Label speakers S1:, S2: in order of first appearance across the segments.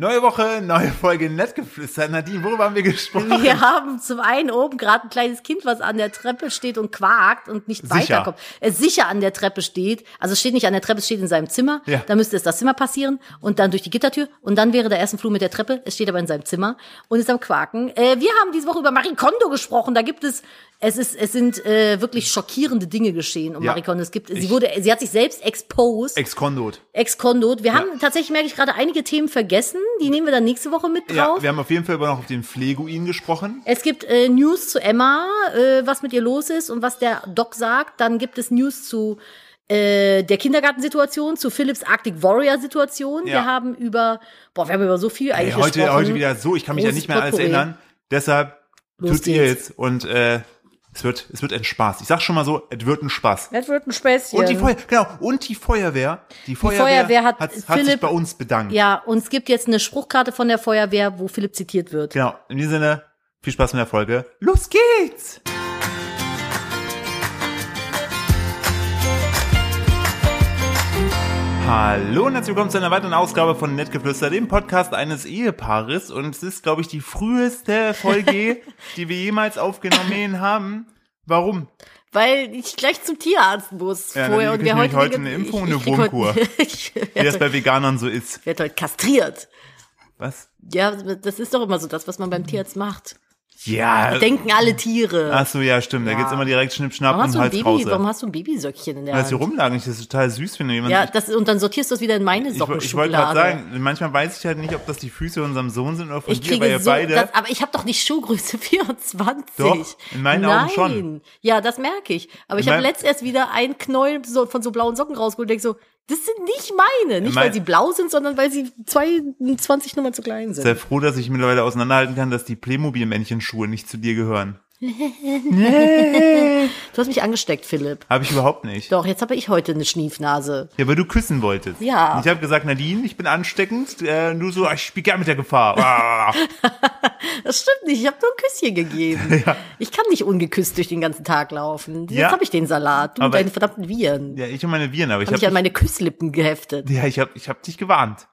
S1: Neue Woche, neue Folge Nettgeflüster. Nadine, worüber haben wir gesprochen?
S2: Wir haben zum einen oben gerade ein kleines Kind, was an der Treppe steht und quakt und nicht
S1: Sicher.
S2: weiterkommt. Es sicher an der Treppe steht. Also es steht nicht an der Treppe, es steht in seinem Zimmer.
S1: Ja.
S2: Da müsste es das Zimmer passieren und dann durch die Gittertür und dann wäre der erste Flur mit der Treppe. Es steht aber in seinem Zimmer und ist am Quaken. Äh, wir haben diese Woche über Marie Kondo gesprochen. Da gibt es es ist es sind äh, wirklich schockierende Dinge geschehen um
S1: Ja.
S2: Marie Kondo. Es gibt
S1: Ich-
S2: sie wurde sie hat sich selbst exposed.
S1: Ex-Kondot.
S2: Ex-Kondot. Wir haben tatsächlich, merke ich, gerade einige Themen vergessen. Die nehmen wir dann nächste Woche mit
S1: Ja,
S2: drauf.
S1: wir haben auf jeden Fall über noch auf den Pfleguin gesprochen.
S2: es gibt äh, News zu Emma, äh, was mit ihr los ist und was der Doc sagt. Dann gibt es News zu äh, der Kindergartensituation, zu Philips Arctic Warrior-Situation.
S1: Ja.
S2: Wir haben über, boah, wir haben über so viel
S1: Ey,
S2: eigentlich
S1: heute,
S2: gesprochen.
S1: heute wieder so, ich kann mich ja
S2: Großes
S1: nicht mehr alles
S2: Potpourri.
S1: erinnern. Deshalb
S2: Los
S1: tut ihr
S2: geht's.
S1: jetzt und äh, es, wird, es wird ein Spaß. Ich sag schon mal so, es wird ein Spaß.
S2: Das wird ein Späßchen.
S1: Und die Feuer, genau, und die Feuerwehr. Die Feuerwehr,
S2: Feuerwehr hat
S1: hat, sich
S2: Philipp-
S1: bei uns bedankt.
S2: ja, und es gibt jetzt eine Spruchkarte von der Feuerwehr, wo Philipp zitiert wird.
S1: Genau, in diesem Sinne, viel Spaß mit der Folge. Los geht's! Hallo und herzlich willkommen zu einer weiteren Ausgabe von Nettgeflüster, dem Podcast eines Ehepaares. Und es ist, glaube ich, die früheste Folge, die wir jemals aufgenommen haben. Warum?
S2: Weil ich gleich zum Tierarzt muss
S1: Ja,
S2: vorher
S1: dann
S2: und wir
S1: krieg ich nämlich
S2: heute,
S1: heute
S2: die-
S1: eine Impfung
S2: ich-
S1: und eine
S2: ich krieg heute-
S1: Wurmkur.
S2: ich
S1: Wie das
S2: werde heute,
S1: bei Veganern so ist.
S2: werd heute kastriert.
S1: Was?
S2: Ja, das ist doch immer so das, was man beim Tierarzt macht.
S1: Ja.
S2: Denken alle Tiere.
S1: Ach so, ja, stimmt. Da
S2: Ja.
S1: geht's immer direkt Schnipp, Schnapp
S2: Warum
S1: und
S2: hast, du ein
S1: Hals raus.
S2: Baby, warum hast du ein Babysöckchen in der
S1: Weil sie
S2: Hand?
S1: rumlagen, ich das total süß finde. Jemand,
S2: Ja, das, und dann sortierst du es wieder in meine
S1: Ich, wo-
S2: Sockenschublade.
S1: ich wollte gerade sagen, manchmal weiß ich halt nicht, ob das die Füße von unserem Sohn sind oder von
S2: Ich
S1: dir, weil
S2: kriege
S1: ihr
S2: so,
S1: beide.
S2: das, aber ich habe doch nicht Schuhgröße 24.
S1: Doch, in meinen Augen
S2: Nein.
S1: schon.
S2: Ja, das merke ich. Aber ich
S1: In
S2: habe
S1: mein-
S2: letzt erst wieder einen Knäuel so, von so blauen Socken rausgeholt und denke so, das sind nicht meine. Nicht,
S1: mein-
S2: weil sie blau sind, sondern weil sie 22 Nummern zu klein sind.
S1: Sei froh, dass ich mittlerweile auseinanderhalten kann, dass die Playmobil-Männchenschuhe nicht zu dir gehören. nee.
S2: Du hast mich angesteckt, Philipp.
S1: Habe ich überhaupt nicht.
S2: Doch, jetzt habe ich heute eine Schniefnase.
S1: Ja, weil du küssen wolltest.
S2: Ja.
S1: Und ich habe gesagt, Nadine, ich bin ansteckend. Äh, und du so, ah, ich spiele gern mit der Gefahr. Ah.
S2: Das stimmt nicht, ich habe nur ein Küsschen gegeben. Ich kann nicht ungeküsst durch den ganzen Tag laufen. Jetzt
S1: Ja.
S2: habe ich den Salat, du und
S1: Aber-
S2: deine verdammten Viren.
S1: ja, ich und meine Viren, aber ich
S2: Hab ich an
S1: habe
S2: meine Küsslippen geheftet.
S1: ja, ich hab, ich hab dich gewarnt.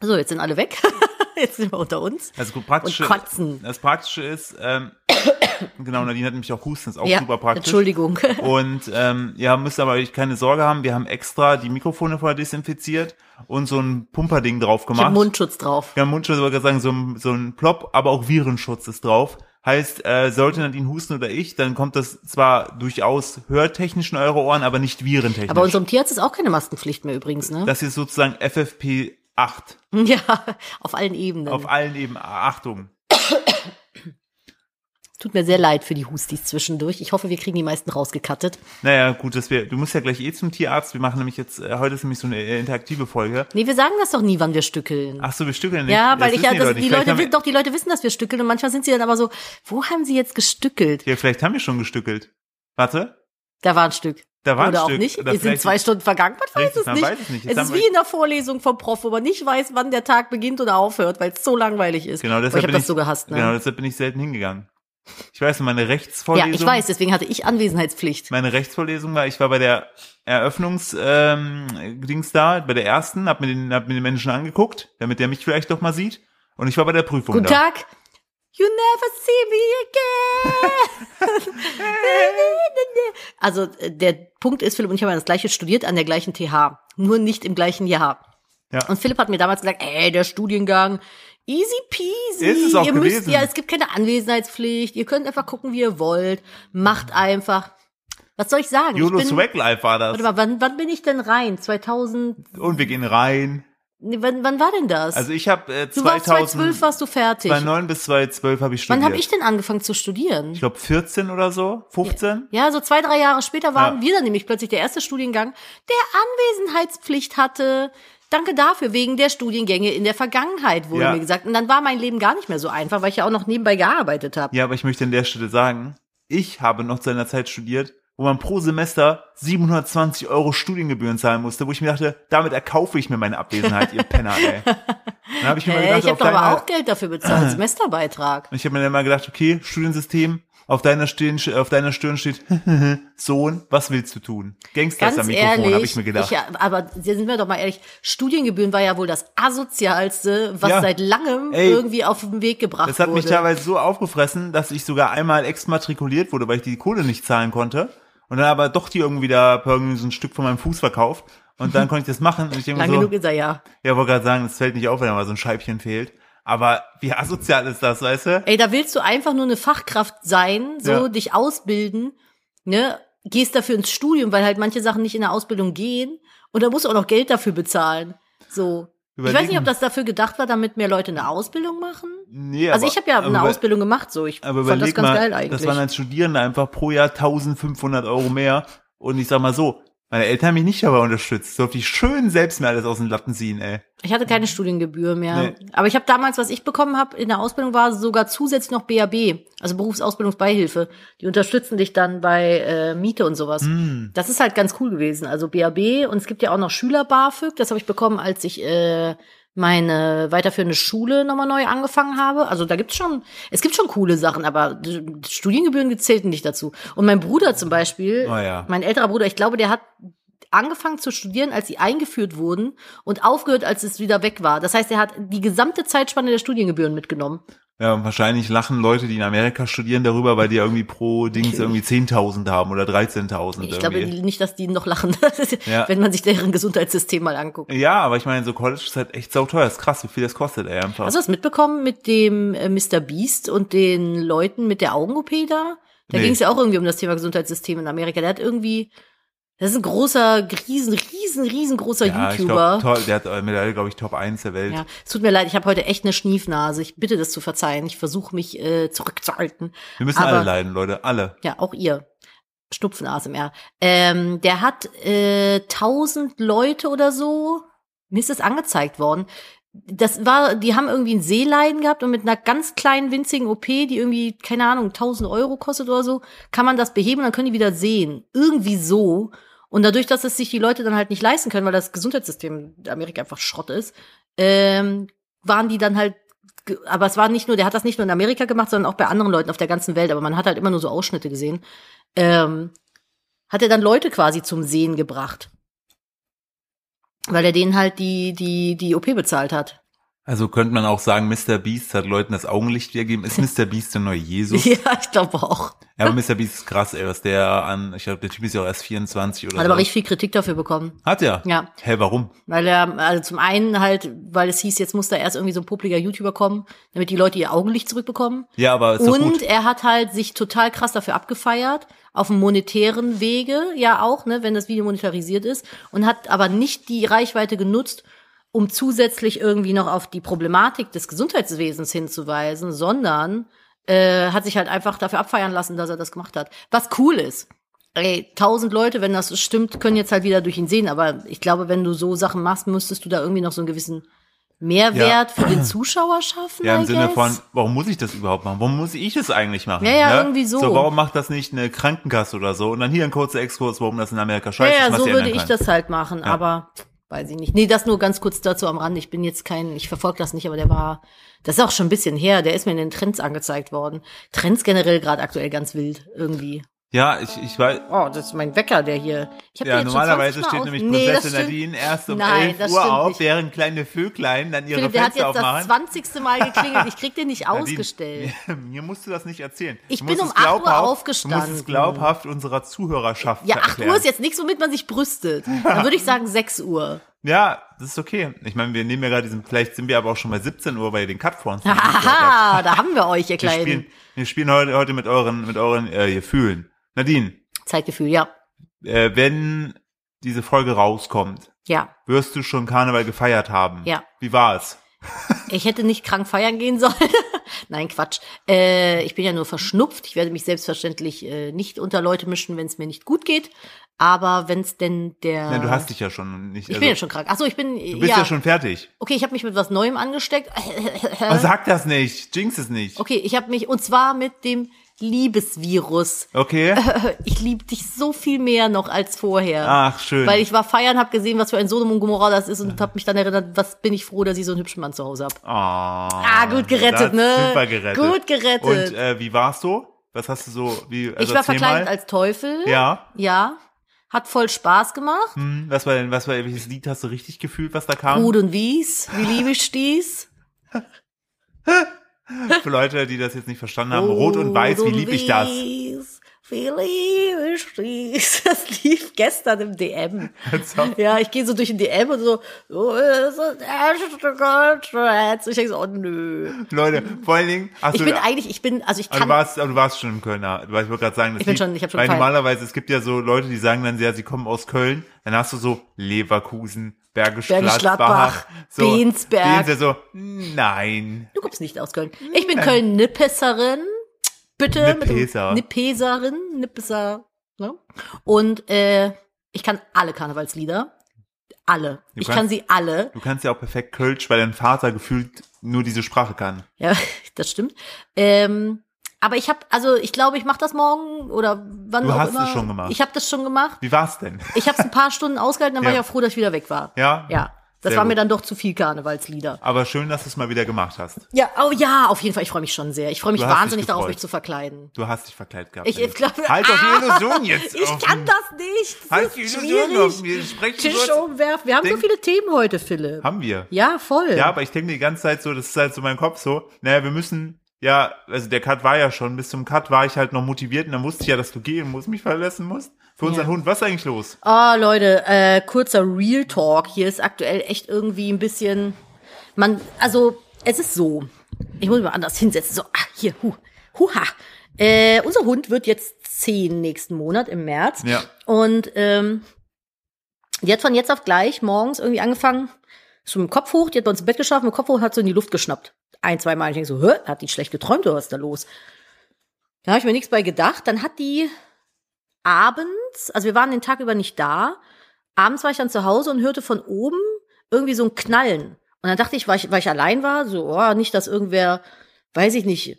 S2: So, jetzt sind alle weg. Jetzt sind wir unter uns.
S1: Also gut, praktische,
S2: Und kotzen.
S1: Das Praktische ist, ähm, genau, Nadine hat nämlich auch Husten, ist auch
S2: ja,
S1: super praktisch.
S2: Entschuldigung.
S1: Und ähm, ja, müsst aber euch keine Sorge haben. Wir haben extra die Mikrofone vorher desinfiziert und so ein Pumperding drauf
S2: Ich hab
S1: gemacht.
S2: Mundschutz drauf.
S1: ja, Mundschutz wollte ich gerade sagen, so ein, so ein Plop, aber auch Virenschutz ist drauf. Heißt, äh, sollte Nadine husten oder ich, dann kommt das zwar durchaus hörtechnisch in eure Ohren, aber nicht virentechnisch.
S2: Aber unserem Tierarzt ist auch keine Maskenpflicht mehr übrigens, ne?
S1: das ist sozusagen FFP 8
S2: Hm. Ja, auf allen Ebenen.
S1: auf allen Ebenen. Achtung.
S2: Tut mir sehr leid für die Hustis zwischendurch. Ich hoffe, wir kriegen die meisten rausgekattet.
S1: Naja, gut, dass wir. Du musst ja gleich eh zum Tierarzt. Wir machen nämlich jetzt, äh, heute ist nämlich so eine äh, interaktive Folge.
S2: Nee, wir sagen das doch nie, wann wir stückeln.
S1: Ach so, wir stückeln nicht.
S2: Ja, weil ich ja,
S1: wissen
S2: das,
S1: Leute
S2: die
S1: nicht. Vielleicht
S2: Leute,
S1: haben wir-
S2: wi- doch, die Leute wissen, dass wir stückeln und manchmal sind sie dann aber so, wo haben sie jetzt gestückelt?
S1: Ja, vielleicht haben wir schon gestückelt. Warte.
S2: Da war ein Stück.
S1: Da war ein
S2: Oder
S1: Stück.
S2: auch nicht.
S1: Oder
S2: es sind
S1: vielleicht-
S2: zwei Stunden vergangen, man weiß
S1: Richtig,
S2: es
S1: man
S2: nicht.
S1: weiß es nicht. Jetzt
S2: Es
S1: haben
S2: ist
S1: wir-
S2: wie in der Vorlesung vom Prof, wo man nicht weiß, wann der Tag beginnt oder aufhört, weil es so langweilig ist.
S1: Genau,
S2: Boah,
S1: deshalb
S2: ich habe
S1: bin
S2: das so gehasst, ne?
S1: Genau, deshalb bin ich selten hingegangen. Ich weiß, meine
S2: ja,
S1: Rechtsvorlesung.
S2: ich weiß, deswegen hatte ich Anwesenheitspflicht.
S1: Meine Rechtsvorlesung war, ich war bei der Eröffnungs ähm, Dings da, bei der ersten, hab mir den, hab mir den Menschen angeguckt, damit der mich vielleicht doch mal sieht. Und ich war bei der Prüfung
S2: Guten
S1: da.
S2: Tag. You never see me again. also äh, der Punkt ist, Philipp und ich haben ja das gleiche studiert an der gleichen TH, nur nicht im gleichen Jahr.
S1: Ja.
S2: Und Philipp hat mir damals gesagt, ey, der Studiengang, easy peasy.
S1: Ist es auch
S2: ihr müsst
S1: gewesen.
S2: ja, es gibt keine Anwesenheitspflicht, ihr könnt einfach gucken, wie ihr wollt, macht einfach. Was soll ich sagen?
S1: YOLO
S2: ich bin,
S1: Swag Life war das.
S2: warte mal, wann, wann bin ich denn rein? 2000,
S1: Und wir gehen rein.
S2: nee, wann, wann war denn das?
S1: Also ich habe äh,
S2: du warst 2012,
S1: 2000,
S2: warst du fertig.
S1: 2009 bis 2012 habe ich studiert.
S2: Wann habe ich denn angefangen zu studieren?
S1: ich glaube 14 oder so, 15.
S2: Ja, so zwei, drei Jahre später waren
S1: Ja.
S2: wir dann nämlich plötzlich der erste Studiengang, der Anwesenheitspflicht hatte. Danke dafür, wegen der Studiengänge in der Vergangenheit, wurde
S1: Ja.
S2: mir gesagt. Und dann war mein Leben gar nicht mehr so einfach, weil ich ja auch noch nebenbei gearbeitet habe.
S1: Ja, aber ich möchte an der Stelle sagen, ich habe noch zu einer Zeit studiert, wo man pro Semester 720 Euro Studiengebühren zahlen musste, wo ich mir dachte, damit erkaufe ich mir meine Abwesenheit, ihr Penner, ey. Dann habe ich mir mal
S2: Hä,
S1: gedacht,
S2: Äh, ich habe
S1: auf
S2: doch aber
S1: deiner-
S2: auch Geld dafür bezahlt, Semesterbeitrag.
S1: Und ich habe mir dann mal gedacht, okay, Studiensystem, Auf deiner Stirn, auf deiner Stirn steht, Sohn, was willst du tun? Gangsters am
S2: Ganz
S1: Mikrofon,
S2: ehrlich,
S1: habe ich mir gedacht.
S2: ja, aber sind wir doch mal ehrlich, Studiengebühren war ja wohl das asozialste, was
S1: Ja.
S2: seit langem
S1: Ey.
S2: irgendwie auf den Weg gebracht
S1: Das hat
S2: wurde.
S1: mich teilweise so aufgefressen, dass ich sogar einmal exmatrikuliert wurde, weil ich die Kohle nicht zahlen konnte. Und dann aber doch die irgendwie da irgendwie so ein Stück von meinem Fuß verkauft. Und dann konnte ich das machen. Und ich denke
S2: Lang
S1: mir so,
S2: genug ist er ja.
S1: ja, wollte gerade sagen, das fällt nicht auf, wenn da mal so ein Scheibchen fehlt. Aber wie asozial ist das, weißt du?
S2: Ey, da willst du einfach nur eine Fachkraft sein, so
S1: Ja.
S2: dich ausbilden, ne? Gehst dafür ins Studium, weil halt manche Sachen nicht in der Ausbildung gehen und da musst du auch noch Geld dafür bezahlen. So. Ich weiß nicht,
S1: Überlegen.
S2: ob das dafür gedacht war, damit mehr Leute eine Ausbildung machen.
S1: Nee,
S2: also ich habe ja
S1: aber
S2: eine
S1: über-
S2: Ausbildung gemacht, so ich
S1: Aber
S2: fand das
S1: überleg
S2: ganz
S1: mal,
S2: geil eigentlich.
S1: das waren als Studierende einfach pro Jahr 1500 Euro mehr. Und ich sag mal so, meine Eltern haben mich nicht dabei unterstützt. Durfte ich schön selbst mir alles aus den Latten ziehen, ey.
S2: Ich hatte keine Studiengebühr mehr.
S1: Nee.
S2: Aber ich habe damals, was ich bekommen habe in der Ausbildung, war sogar zusätzlich noch BAB, also Berufsausbildungsbeihilfe. Die unterstützen dich dann bei äh, Miete und sowas. Das ist halt ganz cool gewesen. Also BAB und es gibt ja auch noch Schüler BAföG. Das habe ich bekommen, als ich äh, meine weiterführende Schule nochmal neu angefangen habe. Also da gibt's schon, es gibt schon coole Sachen, aber d- Studiengebühren zählten nicht dazu. Und mein Bruder zum Beispiel,
S1: Oh ja.
S2: mein älterer Bruder, ich glaube, der hat angefangen zu studieren, als sie eingeführt wurden und aufgehört, als es wieder weg war. Das heißt, er hat die gesamte Zeitspanne der Studiengebühren mitgenommen.
S1: Ja, und wahrscheinlich lachen Leute, die in Amerika studieren, darüber, weil die irgendwie pro Dings irgendwie 10.000 haben oder 13.000
S2: Ich glaube
S1: irgendwie.
S2: nicht, dass die noch lachen,
S1: Ja.
S2: wenn man sich deren Gesundheitssystem mal anguckt.
S1: Ja, aber ich meine, so College ist halt echt sauteuer. Ist krass, wie viel das kostet, ey, einfach.
S2: Hast du das mitbekommen mit dem äh, Mr. Beast und den Leuten mit der Augen-OP da? Da
S1: Nee.
S2: ging es ja auch irgendwie um das Thema Gesundheitssystem in Amerika. Der hat irgendwie, das ist ein großer, riesen, riesen, riesengroßer
S1: ja, ich
S2: YouTuber.
S1: glaub, toll, der hat äh, Medaille, glaube ich, Top 1 der Welt.
S2: Ja, es tut mir leid, ich habe heute echt eine Schniefnase. Ich bitte das zu verzeihen. Ich versuche mich äh, zurückzuhalten.
S1: Wir müssen
S2: Aber-
S1: alle leiden, Leute, alle.
S2: Ja, auch ihr. Schnupfen ASMR. Ähm, der hat äh, 1000 Leute oder so. Mir ist das angezeigt worden. Das war, die haben irgendwie ein Seeleiden gehabt und mit einer ganz kleinen winzigen OP, die irgendwie, keine Ahnung, 1000 Euro kostet oder so, kann man das beheben und dann können die wieder sehen. Irgendwie so. Und dadurch, dass es sich die Leute dann halt nicht leisten können, weil das Gesundheitssystem in Amerika einfach Schrott ist, ähm, waren die dann halt, ge- aber es war nicht nur, der hat das nicht nur in Amerika gemacht, sondern auch bei anderen Leuten auf der ganzen Welt, aber man hat halt immer nur so Ausschnitte gesehen. Ähm, hat er dann Leute quasi zum Sehen gebracht. Weil er denen halt die, die, die OP bezahlt hat.
S1: Also könnte man auch sagen, Mr. Beast hat Leuten das Augenlicht wiedergegeben. Ist Mr. Beast der neue Jesus?
S2: Ja, ich glaube auch.
S1: Ja, aber Mr. Beast ist krass, ey, was der an, ich glaube, der Typ ist ja auch erst 24 oder
S2: Hat
S1: so.
S2: aber richtig viel Kritik dafür bekommen.
S1: Hat er?
S2: Ja.
S1: Hä, warum?
S2: Weil er, also zum einen halt, weil es hieß, jetzt muss da erst irgendwie so ein publiker YouTuber kommen, damit die Leute ihr Augenlicht zurückbekommen.
S1: Ja, aber ist doch
S2: Und
S1: gut.
S2: er hat halt sich total krass dafür abgefeiert, auf dem monetären Wege, ja auch, ne, wenn das Video monetarisiert ist, und hat aber nicht die Reichweite genutzt, um zusätzlich irgendwie noch auf die Problematik des Gesundheitswesens hinzuweisen, sondern äh, hat sich halt einfach dafür abfeiern lassen, dass er das gemacht hat. Was cool ist. Ey, tausend Leute, wenn das stimmt, können jetzt halt wieder durch ihn sehen, aber ich glaube, wenn du so Sachen machst, müsstest du da irgendwie noch so einen gewissen Mehrwert für den Zuschauer schaffen.
S1: Ja, im
S2: I
S1: Sinne
S2: guess?
S1: von, warum muss ich das überhaupt machen? Warum muss ich das eigentlich machen? Ne?
S2: Ja, ja, irgendwie so.
S1: So, warum macht das nicht eine Krankenkasse oder so? Und dann hier ein kurzer Exkurs, warum das in Amerika scheiße ist,
S2: ja, ja,
S1: was
S2: so
S1: die
S2: würde
S1: ändern
S2: ich
S1: kann.
S2: das halt machen, aber weiß ich nicht. Nee, das nur ganz kurz dazu am Rand. Ich bin jetzt kein, ich verfolge das nicht, aber der war, das ist auch schon ein bisschen her, der ist mir in den Trends angezeigt worden. Trends generell gerade aktuell ganz wild irgendwie.
S1: Ja, ich, ich weiß,
S2: Oh, das ist mein Wecker, der hier. Ich hab den
S1: ja,
S2: jetzt schon
S1: normalerweise
S2: 20 Mal
S1: steht
S2: aus-
S1: nämlich
S2: Nee, das
S1: Prinzessin
S2: stimmt.
S1: Nadine erst um
S2: Nein,
S1: 11
S2: das
S1: Uhr
S2: stimmt
S1: auf,
S2: nicht.
S1: während kleine Vöglein dann ihre
S2: Philipp, der hat
S1: Fenster
S2: jetzt das
S1: aufmachen.
S2: 20. Mal geklingelt. Ich krieg den nicht
S1: Nadine,
S2: ausgestellt.
S1: Mir, mir musst du das nicht erzählen.
S2: Ich
S1: Du
S2: bin
S1: musst
S2: um
S1: es
S2: 8 Uhr
S1: glaubhaft- Du musst
S2: aufgestanden.
S1: es glaubhaft unserer Zuhörerschaft
S2: Ja, 8
S1: erklären.
S2: Uhr ist jetzt nichts, womit man sich brüstet. Dann würde ich sagen 6 Uhr.
S1: Ja, das ist okay. Ich meine, wir nehmen ja gerade diesen, vielleicht sind wir aber auch schon bei 17 Uhr, weil ihr den Cut vor uns nicht gehört habt.
S2: Aha, da haben wir euch, ihr
S1: Wir
S2: Kleinen.
S1: spielen, wir spielen heute, heute mit euren, mit euren äh, Gefühlen. Nadine,
S2: Zeitgefühl, ja.
S1: äh, wenn diese Folge rauskommt,
S2: Ja.
S1: wirst du schon Karneval gefeiert haben.
S2: Ja.
S1: Wie war's?
S2: Ich hätte nicht krank feiern gehen sollen. Nein, Quatsch. Äh, ich bin ja nur verschnupft. Ich werde mich selbstverständlich äh, nicht unter Leute mischen, wenn es mir nicht gut geht. Aber wenn es denn der.
S1: Na, du hast dich ja schon nicht.
S2: Äh, ich
S1: also,
S2: bin ja schon krank. Ach so, ich bin.
S1: Du bist ja, schon fertig.
S2: Okay, ich habe mich mit was Neuem angesteckt. Äh?
S1: Aber sag das nicht. Jinx es nicht.
S2: Okay, ich habe mich. Und zwar mit dem Liebesvirus.
S1: Okay.
S2: Ich liebe dich so viel mehr noch als vorher.
S1: Ach, Ah, schön.
S2: Weil ich war feiern, habe gesehen, was für ein Sodom und Gomorra das ist und habe mich dann erinnert, was bin ich froh, dass ich so einen hübschen Mann zu Hause habe.
S1: Ah,
S2: Ah, gut gerettet,
S1: das ist
S2: ne?
S1: Super gerettet.
S2: Gut gerettet.
S1: Und äh, wie war's so? Was hast du so, wie, also
S2: ich war
S1: erzähl
S2: verkleidet
S1: mal.
S2: als Teufel.
S1: Ja.
S2: Ja. Hat voll Spaß gemacht.
S1: Hm, was war denn, was war, welches Lied hast du richtig gefühlt, was da kam?
S2: Rud und Wies. Wie liebe ich dies?
S1: Für Leute, die das jetzt nicht verstanden
S2: Oh,
S1: haben, Rot und Weiß, wie
S2: Rot und
S1: lieb ich das?
S2: Wies, Wie liebe ich dies? Das lief gestern im DM.
S1: Ernsthaft?
S2: Ja, ich gehe so durch den DM und so, so ist das erste Goldschatz. Und ich denke so, oh nö.
S1: Leute, vor allen Dingen, hast
S2: Ich
S1: du,
S2: bin
S1: aber
S2: eigentlich, ich bin, also ich
S1: du
S2: kann,
S1: warst, aber du warst schon im Kölner. Du weißt, ich wollte gerade sagen, das
S2: Ich bin
S1: Lied-
S2: schon- ich hab schon
S1: weil
S2: gefeiert.
S1: normalerweise, es gibt ja so Leute, die sagen dann, ja, sie kommen aus Köln, dann hast du so Leverkusen, Bergisch,
S2: Bergisch
S1: Gladbach,
S2: Gladbach,
S1: so,
S2: Bensberg.
S1: Bens ja so, nein.
S2: du kommst nicht aus Köln. Ich bin Köln-Nippeserin. Bitte. mit dem-
S1: Nippeser.
S2: Nippeserin, Nippeser. Ne? Und äh, ich kann alle Karnevalslieder. Alle.
S1: Du
S2: ich
S1: kannst-
S2: kann sie alle.
S1: Du kannst ja auch perfekt Kölsch, weil dein Vater gefühlt nur diese Sprache kann.
S2: Ja, das stimmt. Ähm, aber ich habe, also ich glaube, ich mache das morgen oder wann
S1: Du
S2: auch
S1: hast
S2: immer.
S1: es schon gemacht.
S2: Ich habe das schon gemacht.
S1: Wie war's denn?
S2: Ich habe es ein paar Stunden ausgehalten, dann war
S1: Ja.
S2: ich auch froh, dass ich wieder weg war.
S1: Ja?
S2: Ja, das
S1: Sehr
S2: war
S1: gut.
S2: mir dann doch zu viel Karnevalslieder.
S1: Aber schön, dass du es mal wieder gemacht hast.
S2: Ja, oh ja, auf jeden Fall. Ich freue mich schon sehr. Ich freue mich
S1: Du hast dich
S2: wahnsinnig darauf,
S1: gefreut.
S2: mich zu verkleiden.
S1: Du hast dich verkleidet gehabt.
S2: Ich, ich glaube, Ah,
S1: halt doch die Illusion jetzt.
S2: Ich
S1: auf.
S2: kann das nicht. Das
S1: Halt
S2: ist
S1: die Illusion auf.
S2: schwierig.
S1: Wir sprechen
S2: Tisch um.
S1: kurz.
S2: umwerfen. Wir haben so
S1: Ding.
S2: viele Themen heute, Philipp.
S1: Haben wir.
S2: Ja, voll.
S1: Ja, aber ich denke die ganze Zeit so, das ist halt so mein Kopf so, naja, wir müssen, ja, also der Cut war ja schon, bis zum Cut war ich halt noch motiviert und dann wusste ich ja, dass du gehen musst, mich verlassen musst. Für unseren Hund, was ist eigentlich los?
S2: Ah, Leute, äh, kurzer Real Talk. Hier ist aktuell echt irgendwie ein bisschen. Man, also, es ist so. Ich muss mich mal anders hinsetzen. So, ah, hier, hu, huha. Äh, unser Hund wird jetzt zehn nächsten Monat im März.
S1: Ja.
S2: Und ähm, die hat von jetzt auf gleich morgens irgendwie angefangen, so mit dem Kopf hoch, die hat bei uns im Bett geschlafen, mit dem Kopf hoch, hat so in die Luft geschnappt. Ein, zwei Mal. Ich denke so, hä, hat die schlecht geträumt oder was ist da los? Da habe ich mir nichts bei gedacht. Dann hat die abends, also wir waren den Tag über nicht da, abends war ich dann zu Hause und hörte von oben irgendwie so ein Knallen. Und dann dachte ich, weil ich, weil ich allein war, so, oh, nicht, dass irgendwer, weiß ich nicht,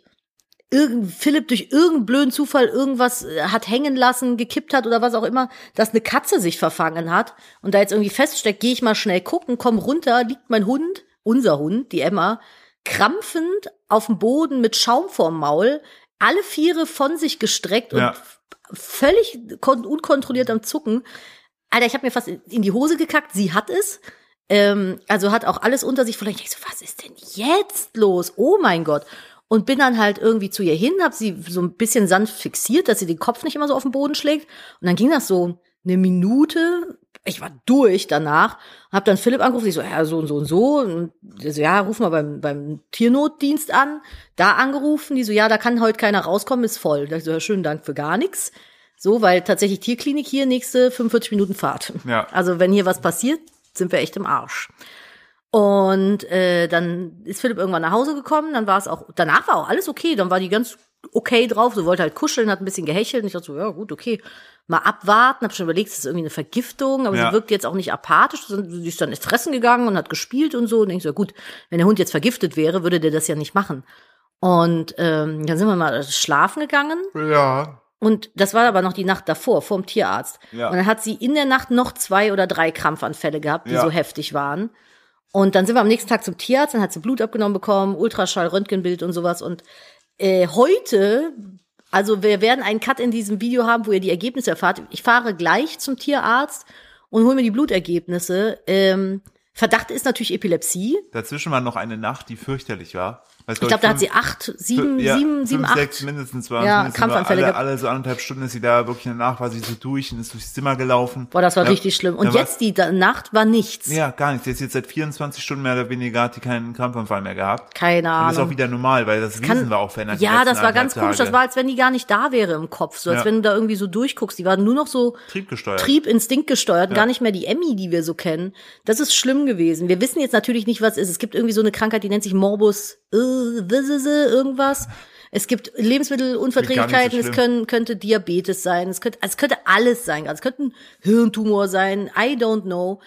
S2: irgend, Philipp durch irgendeinen blöden Zufall irgendwas äh, hat hängen lassen, gekippt hat oder was auch immer, dass eine Katze sich verfangen hat und da jetzt irgendwie feststeckt, gehe ich mal schnell gucken, komm runter, liegt mein Hund, unser Hund, die Emma, krampfend auf dem Boden mit Schaum vorm Maul, alle Viere von sich gestreckt
S1: Ja.
S2: und f- völlig kon- unkontrolliert am Zucken. Alter, ich habe mir fast in in die Hose gekackt, sie hat es. Ähm, also hat auch alles unter sich verloren. Ich denk so, was ist denn jetzt los? Oh mein Gott. Und bin dann halt irgendwie zu ihr hin, hab sie so ein bisschen sanft fixiert, dass sie den Kopf nicht immer so auf den Boden schlägt. Und dann ging das so eine Minute. Ich war durch danach. Hab dann Philipp angerufen. Ich so, ja, so und so und so. Und der so, ja, ruf mal beim, beim Tiernotdienst an. Da angerufen. Die so, ja, da kann heute keiner rauskommen, ist voll. Da ich so, ja, schönen Dank für gar nichts. So, weil tatsächlich Tierklinik hier nächste 45 Minuten Fahrt.
S1: Ja.
S2: Also wenn hier was passiert, sind wir echt im Arsch. Und äh, dann ist Philipp irgendwann nach Hause gekommen, dann war es auch, danach war auch alles okay, dann war die ganz okay drauf, so wollte halt kuscheln, hat ein bisschen gehechelt und ich dachte so, ja gut, okay, mal abwarten, hab schon überlegt, ist das irgendwie eine Vergiftung, aber
S1: Ja.
S2: sie wirkt jetzt auch nicht apathisch, sondern sie ist dann fressen gegangen und hat gespielt und so und ich so, ja gut, wenn der Hund jetzt vergiftet wäre, würde der das ja nicht machen. Und ähm, dann sind wir mal schlafen gegangen
S1: Ja.
S2: und das war aber noch die Nacht davor, vorm Tierarzt.
S1: Ja.
S2: Und dann hat sie in der Nacht noch zwei oder drei Krampfanfälle gehabt, die
S1: Ja.
S2: so heftig waren. Und dann sind wir am nächsten Tag zum Tierarzt, dann hat sie Blut abgenommen bekommen, Ultraschall, Röntgenbild und sowas. Und äh, heute, also wir werden einen Cut in diesem Video haben, wo ihr die Ergebnisse erfahrt. Ich fahre gleich zum Tierarzt und hole mir die Blutergebnisse. Ähm, Verdacht ist natürlich Epilepsie.
S1: Dazwischen war noch eine Nacht, die fürchterlich war. Weil es,
S2: Ich
S1: glaub
S2: glaube, da hat sie
S1: fünf-
S2: acht, sieben,
S1: ja,
S2: sieben, sieben,
S1: fünf,
S2: acht.
S1: sechs mindestens waren
S2: Ja,
S1: mindestens war
S2: Krampfanfälle
S1: alle,
S2: gehabt.
S1: alle so anderthalb Stunden ist sie da wirklich danach war sie so durch und ist durchs Zimmer gelaufen.
S2: Boah, das war
S1: Ja,
S2: richtig schlimm. Und
S1: da war-
S2: jetzt die Da- Nacht war nichts.
S1: Ja, gar nichts. Sie ist jetzt seit 24 Stunden mehr oder weniger hat die keinen Krampfanfall mehr gehabt.
S2: Keine
S1: Und ist auch
S2: Ahnung.
S1: wieder normal, weil das Wesen war auch verändert. die
S2: Ja,
S1: letzten
S2: das war ganz
S1: anderthalb
S2: komisch. Das
S1: Tage.
S2: war, als wenn die gar nicht da wäre im Kopf. So, als
S1: Ja.
S2: wenn du da irgendwie so durchguckst. Die war nur noch so
S1: triebgesteuert.
S2: Trieb, Instinkt gesteuert, und gar nicht mehr die Emmy, die wir so kennen. Das ist schlimm gewesen. Wir wissen jetzt natürlich nicht, was ist. Es gibt irgendwie so eine Krankheit, die nennt sich Morbus äh, Wissese, irgendwas. Es gibt Lebensmittelunverträglichkeiten,
S1: Klingt gar nicht so
S2: es
S1: schlimm.
S2: können, könnte Diabetes sein, es könnte, also es könnte alles sein, es könnte ein Hirntumor sein, I don't know,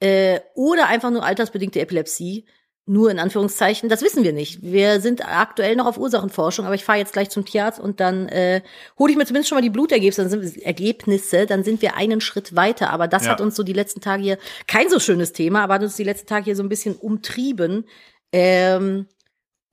S2: äh, oder einfach nur altersbedingte Epilepsie, nur in Anführungszeichen, das wissen wir nicht. Wir sind aktuell noch auf Ursachenforschung, aber ich fahre jetzt gleich zum Tierarzt und dann äh, hole ich mir zumindest schon mal die Blutergebnisse, dann sind, Ergebnisse, dann sind wir einen Schritt weiter, aber das
S1: Ja.
S2: hat uns so die letzten Tage hier, kein so schönes Thema, aber hat uns die letzten Tage hier so ein bisschen umtrieben, ähm,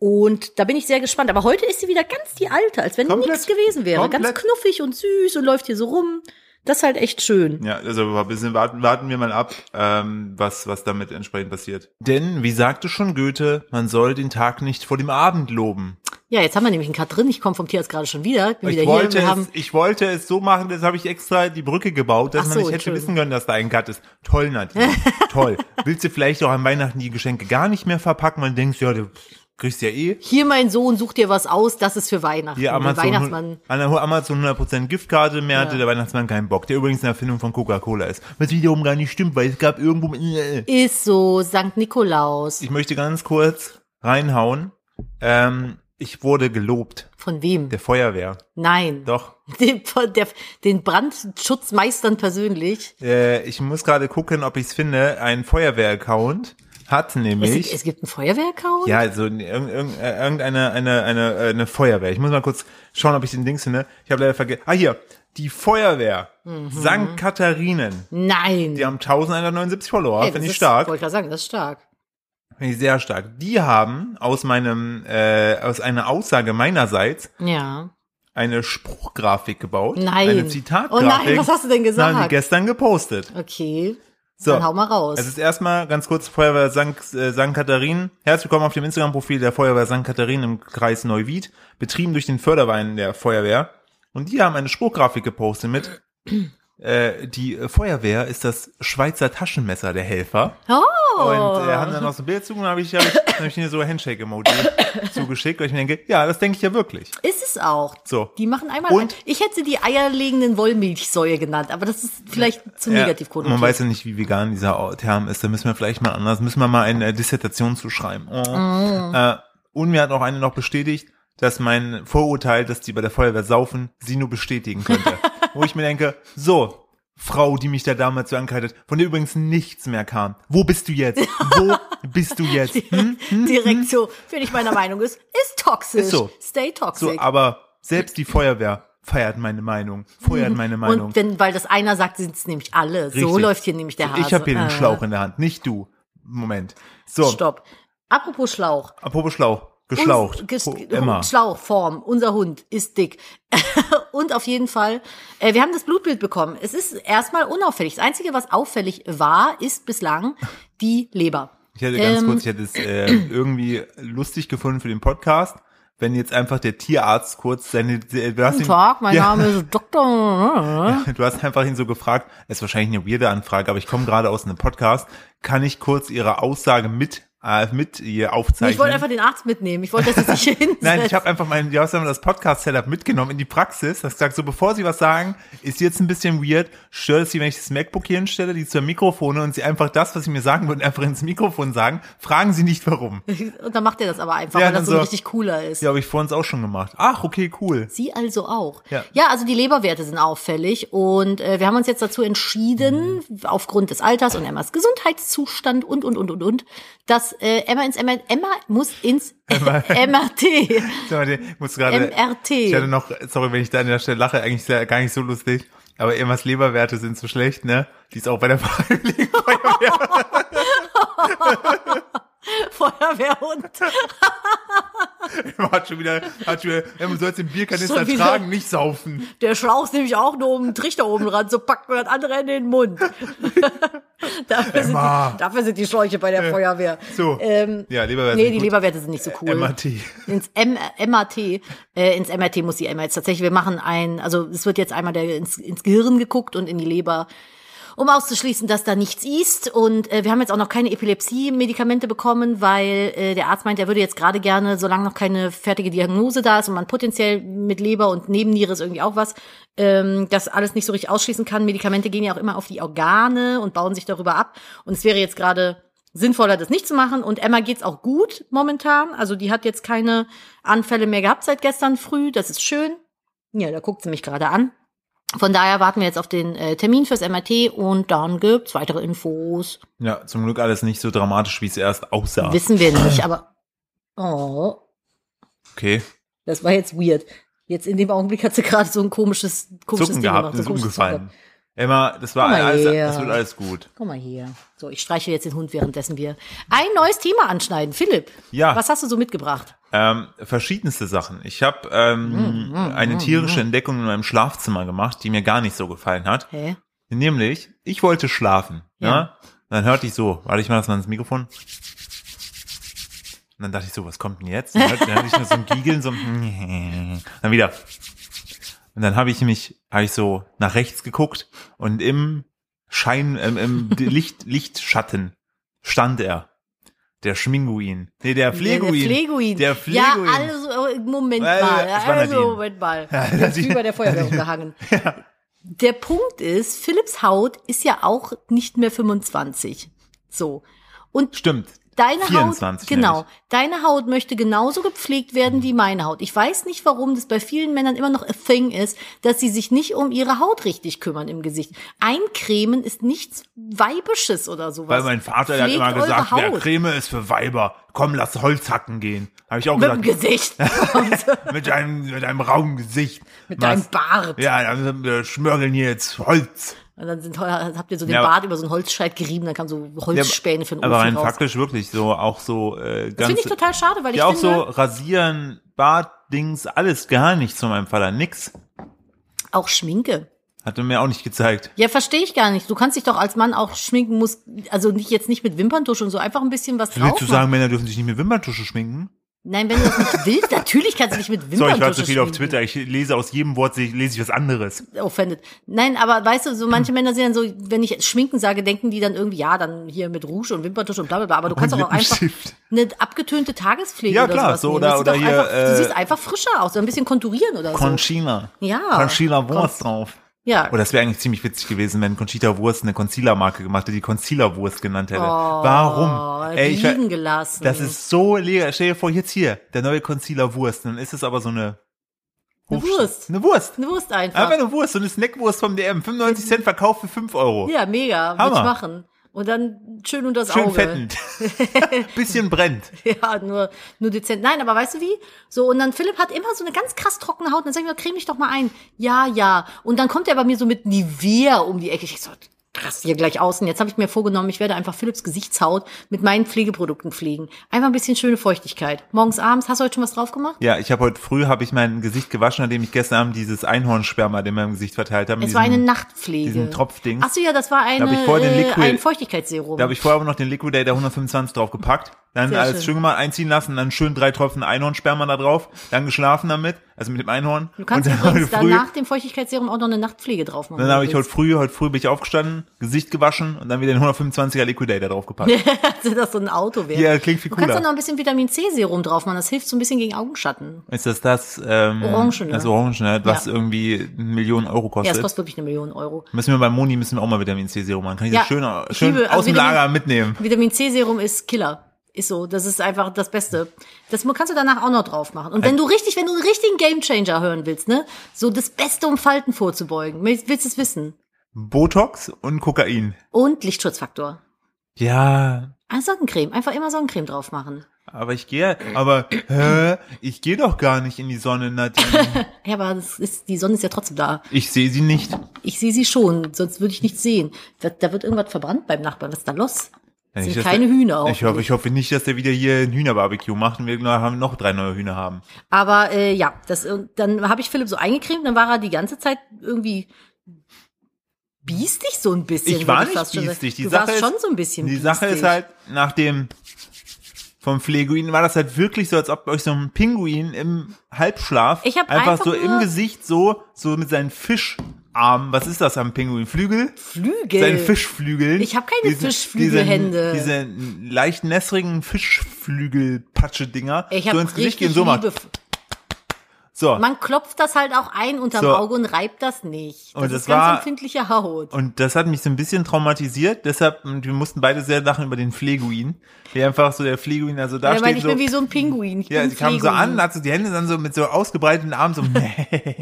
S2: Und da bin ich sehr gespannt. Aber heute ist sie wieder ganz die alte, als wenn
S1: Komplett.
S2: nichts gewesen wäre.
S1: Komplett.
S2: Ganz knuffig und süß und läuft hier so rum. Das ist halt echt schön.
S1: Ja, also ein bisschen warten, warten wir mal ab, ähm, was, was damit entsprechend passiert. Denn, wie sagte schon Goethe, man soll den Tag nicht vor dem Abend loben.
S2: Ja, jetzt haben wir nämlich einen Cut drin. Ich komme vom Tierarzt gerade schon wieder. Bin wieder
S1: Ich wollte,
S2: hier. Wir
S1: es,
S2: haben,
S1: ich wollte es so machen, das habe ich extra die Brücke gebaut, dass
S2: Ach
S1: man
S2: so,
S1: nicht hätte
S2: Entschuldigung.
S1: wissen können, dass da ein Cut ist. Toll, Nadine. Toll. Willst du vielleicht auch an Weihnachten die Geschenke gar nicht mehr verpacken, weil du denkst, ja, du kriegst ja eh.
S2: hier, mein Sohn, such dir was aus. Das ist für Weihnachten.
S1: Hier
S2: Der
S1: Amazon,
S2: Weihnachtsmann.
S1: an der Amazon 100% Giftkarte, mehr hatte
S2: Ja.
S1: der Weihnachtsmann keinen Bock, der übrigens eine Erfindung von Coca-Cola ist. Was wiederum gar nicht stimmt, weil es gab irgendwo... äh,
S2: Ist so, Sankt Nikolaus.
S1: Ich möchte ganz kurz reinhauen. Ähm, ich wurde gelobt,
S2: Von wem?
S1: der Feuerwehr.
S2: Nein.
S1: Doch.
S2: Den, der, den Brandschutzmeistern persönlich.
S1: Äh, ich muss gerade gucken, ob ich es finde. Ein Feuerwehr-Account hat
S2: Es, gibt-
S1: nämlich.
S2: es gibt einen Feuerwehr-Account?
S1: ja, also irg- irg- äh, irgendeine eine, eine, äh, eine Feuerwehr. Ich muss mal kurz schauen, ob ich den Dings finde. Ich habe leider vergessen. Ah, hier. Die Feuerwehr.
S2: Mhm.
S1: St. Katharinen.
S2: Nein.
S1: Die haben 1179 Follower.
S2: Ey, das
S1: Finde ich
S2: ist-
S1: stark.
S2: Wollte gerade sagen, das ist stark.
S1: Finde ich sehr stark. Die haben aus meinem, äh, aus einer Aussage meinerseits
S2: Ja.
S1: eine Spruchgrafik gebaut.
S2: Nein.
S1: Eine Zitatgrafik.
S2: Oh nein, was hast du denn gesagt?
S1: Das Haben die gestern gepostet.
S2: Okay.
S1: So.
S2: Dann hau mal raus.
S1: Es ist erstmal ganz kurz Feuerwehr Sankt, äh, Sankt Katharin. Herzlich willkommen auf dem Instagram-Profil der Feuerwehr Sankt Katharin im Kreis Neuwied, betrieben durch den Förderwein der Feuerwehr. Und die haben eine Spruchgrafik gepostet mit, äh, die äh, Feuerwehr ist das Schweizer Taschenmesser der Helfer.
S2: oh.
S1: Und äh, haben dann noch so ein Bild zu und habe ich, hab ich, hab ich mir so Handshake-Emoji zugeschickt, weil ich mir denke, ja, das denke ich ja wirklich.
S2: ist es auch.
S1: So.
S2: Die machen einmal.
S1: Und-
S2: ich hätte sie die eierlegenden Wollmilchsäue genannt, aber das ist vielleicht zu negativ
S1: ja, Man weiß ja nicht, wie vegan dieser Term ist. Da müssen wir vielleicht mal anders, müssen wir mal eine Dissertation zu schreiben. Oh.
S2: Mm.
S1: Äh, und mir hat auch eine noch bestätigt, dass mein Vorurteil, dass die bei der Feuerwehr saufen, sie nur bestätigen könnte. Wo ich mir denke, so, Frau, die mich da damals so angekreidet, hat, von der übrigens nichts mehr kam. Wo bist du jetzt? Wo bist du jetzt? Hm?
S2: Direkt so, wenn ich meiner Meinung ist, ist toxisch.
S1: Ist so.
S2: Stay toxic.
S1: So, aber selbst die Feuerwehr feiert meine Meinung, feuert meine Meinung.
S2: Und wenn, weil das einer sagt, sind es nämlich alle. So
S1: Richtig.
S2: läuft hier nämlich der Hase.
S1: Ich habe hier den
S2: Äh,
S1: Schlauch in der Hand, nicht du. Moment. So,
S2: Stopp. Apropos Schlauch.
S1: apropos Schlauch, geschlaucht.
S2: Uns- ges-
S1: Pro- Emma.
S2: Schlauchform. Unser Hund ist dick. und auf jeden Fall, äh, wir haben das Blutbild bekommen. Es ist erstmal unauffällig. Das Einzige, was auffällig war, ist bislang die Leber.
S1: Ich hätte ganz
S2: Ähm.
S1: kurz, ich hätte es äh, irgendwie lustig gefunden für den Podcast, wenn jetzt einfach der Tierarzt kurz seine. äh, Du hast,
S2: Guten
S1: ihn,
S2: Tag, mein
S1: ja,
S2: Name ist Dr.
S1: du hast einfach ihn so gefragt, ist wahrscheinlich eine weirde Anfrage, aber ich komme gerade aus einem Podcast. Kann ich kurz Ihre Aussage mit, äh, mit ihr aufzeichnen?
S2: Ich wollte einfach den Arzt mitnehmen. Ich wollte, dass er sich hinsetzt.
S1: Nein, ich habe einfach mein, ja, was haben wir, das Podcast-Setup mitgenommen in die Praxis. Das gesagt, so bevor sie was sagen, ist jetzt ein bisschen weird. Stört es sie, wenn ich das MacBook hier hinstelle, die zwei Mikrofone und sie einfach das, was sie mir sagen würden, einfach ins Mikrofon sagen. Fragen sie nicht, warum.
S2: Und dann macht er das aber einfach,
S1: Ja,
S2: weil das
S1: dann
S2: so,
S1: so.
S2: richtig cooler ist.
S1: Ja, habe ich vor uns auch schon gemacht. Ach, okay, cool.
S2: Sie also auch.
S1: Ja.
S2: ja, also die Leberwerte sind auffällig und äh, wir haben uns jetzt dazu entschieden, aufgrund des Alters und Emmas Gesundheitszustand und und und und und, dass äh, Emma ins MR, Emma muss ins MRT.
S1: Sag mal, Ich muss gerade.
S2: MRT.
S1: Ich hatte noch, sorry, wenn ich da an der Stelle lache, eigentlich ist ja gar nicht so lustig. Aber Emmas Leberwerte sind so schlecht, ne? Die ist auch bei der Freiwilligen Feuerwehr.
S2: Feuerwehrhund.
S1: Emma hat schon wieder, hat schon wieder, Emma, du sollst den Bierkanister
S2: Schon wieder.
S1: tragen, nicht saufen.
S2: Der Schlauch ist nämlich auch nur um den Trichter oben ran, so packt man das andere in den Mund. dafür, sind
S1: Emma.
S2: die, dafür sind die Schläuche bei der Feuerwehr.
S1: So.
S2: Ähm,
S1: ja, Leberwerte.
S2: Nee,
S1: sind
S2: die
S1: gut.
S2: Leberwerte sind nicht so cool.
S1: MRT.
S2: Ins M MRT, äh, ins MRT muss die Emma jetzt tatsächlich. Wir machen ein, also es wird jetzt einmal der, ins, ins Gehirn geguckt und in die Leber, um auszuschließen, dass da nichts ist. Und äh, wir haben jetzt auch noch keine Epilepsie-Medikamente bekommen, weil äh, der Arzt meint, er würde jetzt gerade gerne, solange noch keine fertige Diagnose da ist und man potenziell mit Leber und Nebenniere ist irgendwie auch was, ähm, das alles nicht so richtig ausschließen kann. Medikamente gehen ja auch immer auf die Organe und bauen sich darüber ab. Und es wäre jetzt gerade sinnvoller, das nicht zu machen. Und Emma geht's auch gut momentan. Also die hat jetzt keine Anfälle mehr gehabt seit gestern früh. Das ist schön. Ja, da guckt sie mich gerade an. Von daher warten wir jetzt auf den äh, Termin fürs MRT und dann gibt's weitere Infos.
S1: Ja, zum Glück alles nicht so dramatisch, wie es erst aussah.
S2: Wissen wir nicht, aber oh,
S1: Okay.
S2: das war jetzt weird. Jetzt in dem Augenblick hat sie gerade so ein komisches, komisches
S1: Zucken
S2: Ding
S1: gehabt,
S2: gemacht. so ein
S1: ist
S2: komisches Zucken
S1: umgefallen.
S2: gehabt.
S1: Emma, das war
S2: Guck mal
S1: alles,
S2: hier.
S1: das wird alles gut.
S2: Guck mal hier. So, ich streiche jetzt den Hund, währenddessen wir ein neues Thema anschneiden. Philipp,
S1: Ja.
S2: was hast du so mitgebracht?
S1: Ähm, verschiedenste Sachen. Ich habe
S2: Mm,
S1: ähm, eine tierische Entdeckung in meinem Schlafzimmer gemacht, die mir gar nicht so gefallen hat.
S2: Hä?
S1: Nämlich, ich wollte schlafen. Ja.
S2: Ja.
S1: Dann hörte ich so, warte ich mal das mal ins Mikrofon. Und dann dachte ich so, was kommt denn jetzt? Dann hörte, dann hörte ich nur so ein Giegeln, so ein dann wieder. Und dann habe ich mich, habe ich so nach rechts geguckt und im Schein, ähm, im Licht, Lichtschatten stand er. Der Schminguin. Nee, der Fleguin.
S2: Der Fleguin.
S1: Der Fleguin.
S2: Ja, also, äh, Moment
S1: Äh,
S2: mal.
S1: das war
S2: Also,
S1: Nadine.
S2: Moment mal.
S1: Nadine.
S2: Das ist über der Feuerwehr umgehangen. Der Punkt ist, Philipps Haut ist ja auch nicht mehr 25. So. Und
S1: Stimmt.
S2: Deine
S1: 24
S2: Haut, genau.
S1: nämlich.
S2: Deine Haut möchte genauso gepflegt
S1: Mhm.
S2: werden wie meine Haut. Ich weiß nicht, warum das bei vielen Männern immer noch a thing ist, dass sie sich nicht um ihre Haut richtig kümmern im Gesicht. Eincremen ist nichts Weibisches oder sowas.
S1: Weil mein Vater der hat
S2: Pflegt
S1: immer
S2: eure
S1: gesagt, wer
S2: Haut.
S1: Creme ist für Weiber. Komm, lass Holz hacken gehen. Habe ich auch
S2: Mit dem
S1: gesagt.
S2: Gesicht.
S1: mit deinem, mit deinem rauen Gesicht.
S2: mit
S1: Machst-
S2: deinem Bart.
S1: Ja, dann wir schmörgeln hier jetzt Holz.
S2: Und dann sind, teuer- habt ihr so den
S1: Ja, aber-
S2: Bart über so einen Holzscheit gerieben, dann kamen so Holzspäne für den
S1: Aber rein
S2: Ofen raus.
S1: faktisch wirklich so, auch so äh,
S2: Das
S1: ganz.
S2: finde ich total ne? schade, weil ich
S1: ja, auch so
S2: finde,
S1: rasieren, Bart, Dings, alles gar nichts von meinem Vater. Nix.
S2: auch Schminke.
S1: Hat er mir auch nicht gezeigt.
S2: Ja, verstehe ich gar nicht. Du kannst dich doch als Mann auch schminken, musst, also nicht jetzt nicht mit Wimperntusche und so, einfach ein bisschen was drauf
S1: Willst du
S2: machen.
S1: sagen, Männer dürfen sich nicht mit Wimperntusche schminken?
S2: Nein, wenn du das nicht willst, natürlich kannst du dich mit
S1: So,
S2: Wimperntusche
S1: ich war zu viel auf
S2: schminken.
S1: Twitter. Ich lese aus jedem Wort, se- lese ich was anderes.
S2: Offended. Nein, aber weißt du, so manche Männer sind dann so, wenn ich schminken sage, denken die dann irgendwie, ja, dann hier mit Rouge und Wimperntusche und bla bla bla. Aber du kannst doch auch einfach
S1: Lippenstift.
S2: eine abgetönte Tagespflege
S1: Ja,
S2: oder
S1: klar,
S2: sowas
S1: so,
S2: nehmen.
S1: oder- oder
S2: Das sieht doch
S1: hier,
S2: einfach,
S1: äh,
S2: Du siehst einfach frischer aus, so ein bisschen konturieren oder so.
S1: Conchina.
S2: Also, Ja.
S1: Conchina Wurst drauf.
S2: Ja.
S1: Oh, das wäre eigentlich ziemlich witzig gewesen, wenn Conchita Wurst eine Concealer-Marke gemacht hätte, die Concealer-Wurst genannt hätte. Warum? Ey, ich, ver-
S2: Oh, äh, liegen gelassen.
S1: das ist so leer. Stell dir vor, jetzt hier, der neue Concealer-Wurst. Dann ist es aber so eine...
S2: Eine
S1: Hofst-
S2: Wurst.
S1: Eine Wurst.
S2: eine Wurst
S1: Einfach
S2: einfach.
S1: eine Wurst, so eine Snackwurst vom DM. 95 Cent Verkauf für 5 Euro.
S2: Ja, mega. Würde
S1: Hammer.
S2: ich machen. Und dann schön unter das
S1: Schön
S2: Auge.
S1: fettend. Bisschen brennt.
S2: Ja, nur, nur dezent. Nein, aber weißt du wie? So, und dann Philipp hat immer so eine ganz krass trockene Haut. Und dann sag ich mir, creme ich doch mal ein. Ja, ja. Und dann kommt er bei mir so mit Nivea um die Ecke. Ich so, krass, hier gleich außen. Jetzt habe ich mir vorgenommen, ich werde einfach Philipps Gesichtshaut mit meinen Pflegeprodukten pflegen. Einfach ein bisschen schöne Feuchtigkeit. Morgens, abends, hast du heute schon was drauf gemacht?
S1: Ja, ich habe heute früh, habe ich mein Gesicht gewaschen, nachdem ich gestern Abend dieses Einhornsperma, den wir im Gesicht verteilt haben.
S2: Es war eine
S1: diesen-
S2: Nachtpflege.
S1: diesen Tropfding.
S2: Ach so, ja, das war eine,
S1: hab ich vorher den
S2: äh,
S1: Liquid-
S2: ein Feuchtigkeitsserum.
S1: Da habe ich vorher aber noch den Liquidator 125 draufgepackt, dann
S2: Sehr
S1: alles schön.
S2: schön.
S1: gemacht, einziehen lassen, dann schön drei Tropfen Einhornsperma da drauf, dann geschlafen damit, also mit dem Einhorn.
S2: du kannst
S1: und dann
S2: übrigens
S1: heute früh,
S2: danach dem Feuchtigkeitsserum auch noch eine Nachtpflege drauf machen.
S1: dann habe ich
S2: wenn du
S1: heute früh, heute früh bin ich aufgestanden, Gesicht gewaschen und dann wieder den 125er Liquidator draufgepackt.
S2: willst. Dass das so ein Auto wäre.
S1: Ja, klingt viel
S2: Du kannst
S1: cooler.
S2: dann noch ein bisschen Vitamin C Serum drauf machen. Das hilft so ein bisschen gegen Augenschatten.
S1: Ist das das ähm,
S2: Orangene.
S1: das Orangene, was
S2: ne? Ja.
S1: irgendwie eine Million Euro
S2: Ja,
S1: kostet?
S2: es kostet wirklich eine Million Euro.
S1: müssen wir bei Moni müssen wir auch mal Vitamin C Serum machen. Kann ich das
S2: Ja,
S1: schön, au-
S2: ich
S1: schön
S2: liebe- also
S1: aus dem
S2: Vitamin-
S1: Lager mitnehmen?
S2: Vitamin C Serum ist Killer. Ist so, das ist einfach das Beste. Das mu- kannst du danach auch noch drauf machen. Und wenn du richtig, wenn du einen richtigen Gamechanger hören willst, ne, so das Beste, um Falten vorzubeugen, willst willst du es wissen?
S1: Botox und Kokain.
S2: Und Lichtschutzfaktor.
S1: Ja,
S2: Ah, Sonnencreme, einfach immer Sonnencreme drauf machen.
S1: aber ich gehe, aber hä, ich gehe doch gar nicht in die Sonne, Nadine.
S2: Ja, aber das ist, die Sonne ist ja trotzdem da.
S1: Ich sehe sie nicht.
S2: Ich sehe sie schon, sonst würde ich nichts sehen. Da, da wird irgendwas verbrannt beim Nachbarn. Was ist da los? Das
S1: Nicht,
S2: sind
S1: dass
S2: keine
S1: der-
S2: Hühner.
S1: Ich hoffe, ich hoffe nicht, dass der wieder hier ein Hühnerbarbecue macht und wir noch- noch drei neue Hühner haben.
S2: Aber äh, ja, das, und dann habe ich Philipp so eingecremt, dann war er die ganze Zeit irgendwie biestig so ein bisschen.
S1: Ich war
S2: würd
S1: nicht
S2: fast schon sagen.
S1: biestig. Die
S2: du
S1: Sache
S2: warst
S1: ist,
S2: schon so ein bisschen
S1: Die Sache
S2: biestig.
S1: ist halt, nach dem vom Pfleguin war das halt wirklich so, als ob euch so ein Pinguin im Halbschlaf
S2: Ich hab
S1: einfach
S2: einfach
S1: so
S2: nur-
S1: im Gesicht so, so mit seinen Fischarmen, was ist das am Pinguin? Flügel?
S2: Flügel.
S1: Seinen Fischflügeln.
S2: Ich hab keine Fischflügelhände.
S1: Diese, diese leicht nässrigen Fischflügel-Patsche-Dinger
S2: Ich
S1: so
S2: habe
S1: ins Gesicht gehen, so macht.
S2: Liebe.
S1: So.
S2: Man klopft das halt auch ein unterm
S1: So.
S2: Auge und reibt das nicht. Das
S1: Und das
S2: ist ganz
S1: war-
S2: empfindliche Haut.
S1: Und das hat mich so ein bisschen traumatisiert, deshalb, und wir mussten beide sehr lachen über den Pfleguin, der einfach so der Pfleguin, also da
S2: Ja, weil
S1: steht
S2: ich
S1: so,
S2: bin wie so ein Pinguin. Ich
S1: ja,
S2: bin
S1: sie kam so an,
S2: Pfleguin.
S1: hat so die Hände dann so mit so ausgebreiteten Armen so,
S2: Patsch, patsch,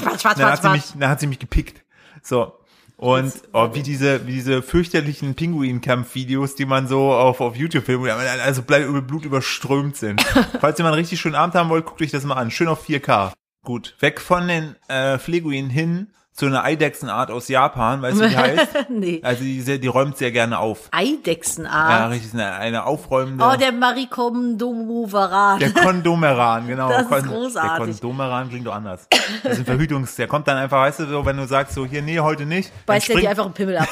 S1: dann hat
S2: patsch,
S1: sie
S2: patsch.
S1: mich, dann hat sie mich gepickt. So. Und oh, wie diese, wie diese fürchterlichen Pinguin-Kampf-Videos, die man so auf, auf YouTube filmt, wo die also bleib- über Blut überströmt sind. Falls ihr mal einen richtig schönen Abend haben wollt, guckt euch das mal an. Schön auf 4K. Gut. Weg von den äh, Fleguin hin zu einer Eidechsenart aus Japan, weißt du, wie die heißt?
S2: nee.
S1: Also die, sehr- die räumt sehr gerne auf. Ja,
S2: Eidechsenart.
S1: richtig, eine, eine aufräumende.
S2: oh, der Marikondomovarat.
S1: Der Kondomeran, genau.
S2: Das ist
S1: Kon- Der
S2: großartig.
S1: Kondomeran klingt doch anders. Das ist ein Verhütungs-, der kommt dann einfach, weißt du, so, wenn du sagst, so, hier, nee, heute nicht, dann,
S2: Beißt er
S1: springt,
S2: dir einfach einen Pimmel ab.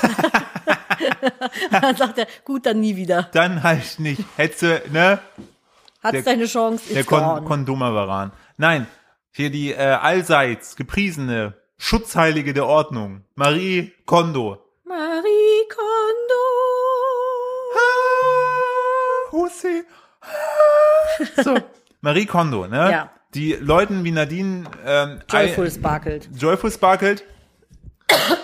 S2: dann sagt er, gut, dann nie wieder.
S1: dann halt nicht. Hättest du, ne,
S2: Hat's
S1: Der-
S2: deine Chance, it's
S1: der Kon
S2: gone.
S1: Kondomeran. Nein, hier die äh, allseits gepriesene Schutzheilige der Ordnung, Marie Kondo.
S2: Marie Kondo.
S1: Ah, Hussi. Ah. So, Marie Kondo, ne?
S2: Ja.
S1: Die Leuten wie Nadine ähm,
S2: Joyful sparkelt.
S1: Ein, Joyful sparkelt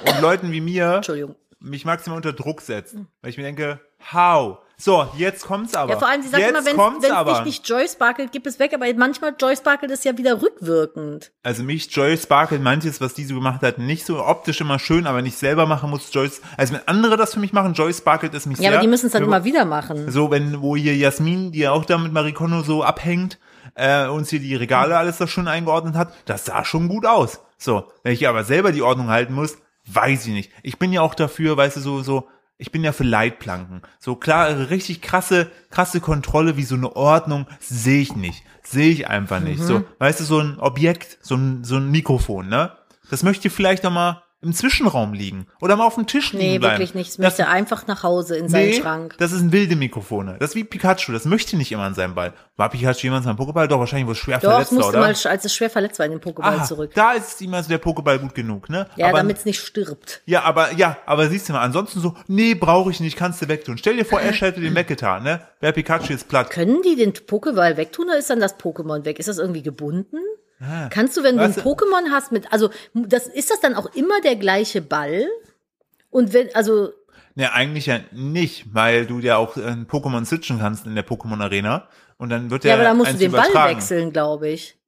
S1: und Leuten wie mir
S2: Entschuldigung.
S1: mich maximal unter Druck setzt. Weil ich mir denke, how? So, jetzt kommt's aber.
S2: Hm. Ja, vor allem, sie sagt
S1: jetzt
S2: immer, wenn
S1: kommt's
S2: es
S1: aber.
S2: dich nicht Joy sparkelt, gib es weg. Aber manchmal Joy sparkelt ist ja wieder rückwirkend.
S1: Also mich Joyce Sparkle, manches, was die so gemacht hat, nicht so optisch immer schön, aber nicht selber machen muss Joyce. Also wenn andere das für mich machen, Joyce Sparkle ist mich
S2: Ja,
S1: sehr.
S2: aber die müssen es dann
S1: Wenn-
S2: immer wieder machen.
S1: So, wenn, wo hier Jasmin, die ja auch da mit Marie Kondo so abhängt, äh, uns hier die Regale alles da schön eingeordnet hat, das sah schon gut aus. So, wenn ich aber selber die Ordnung halten muss, weiß ich nicht. Ich bin ja auch dafür, weißt du, so, so, ich bin ja für Leitplanken. So klar, richtig krasse, krasse Kontrolle wie so eine Ordnung sehe ich nicht. Sehe ich einfach nicht. So,
S2: Mhm.
S1: weißt du, so ein Objekt, so ein, so ein Mikrofon, ne? Das möchte vielleicht auch mal im Zwischenraum liegen oder mal auf dem Tisch liegen
S2: Nee,
S1: bleiben.
S2: wirklich nicht. Es
S1: Das-
S2: möchte einfach nach Hause in seinen Schrank.
S1: das ist ein wilde Mikrofone. Das ist wie Pikachu, das möchte nicht immer in seinem Ball. War Pikachu jemals ein Pokéball? Doch, wahrscheinlich, wo es schwer
S2: Doch, es
S1: verletzt war,
S2: musste
S1: oder?
S2: mal, als es schwer verletzt war, in den Pokéball
S1: Aha,
S2: zurück.
S1: Da ist ihm also der Pokéball gut genug, ne?
S2: Ja,
S1: aber,
S2: damit es nicht stirbt.
S1: ja, aber, ja, aber siehst du mal, ansonsten so, nee, brauche ich nicht, kannst du wegtun. Stell dir vor, Ash hätte den weggetan, ne? Wäre Pikachu jetzt platt.
S2: Können die den Pokéball wegtun oder ist dann das Pokémon weg? Ist das irgendwie gebunden?
S1: Ah.
S2: Kannst du, wenn
S1: Weißt
S2: du
S1: du-
S2: ein Pokémon hast mit, also das, ist das dann auch immer der gleiche Ball? Und wenn, also,
S1: Ne, eigentlich ja nicht, weil du ja auch äh, ein Pokémon switchen kannst in der Pokémon Arena. Und dann wird der
S2: ja, aber dann musst du
S1: eins
S2: den Ball
S1: übertragen.
S2: wechseln, glaube ich.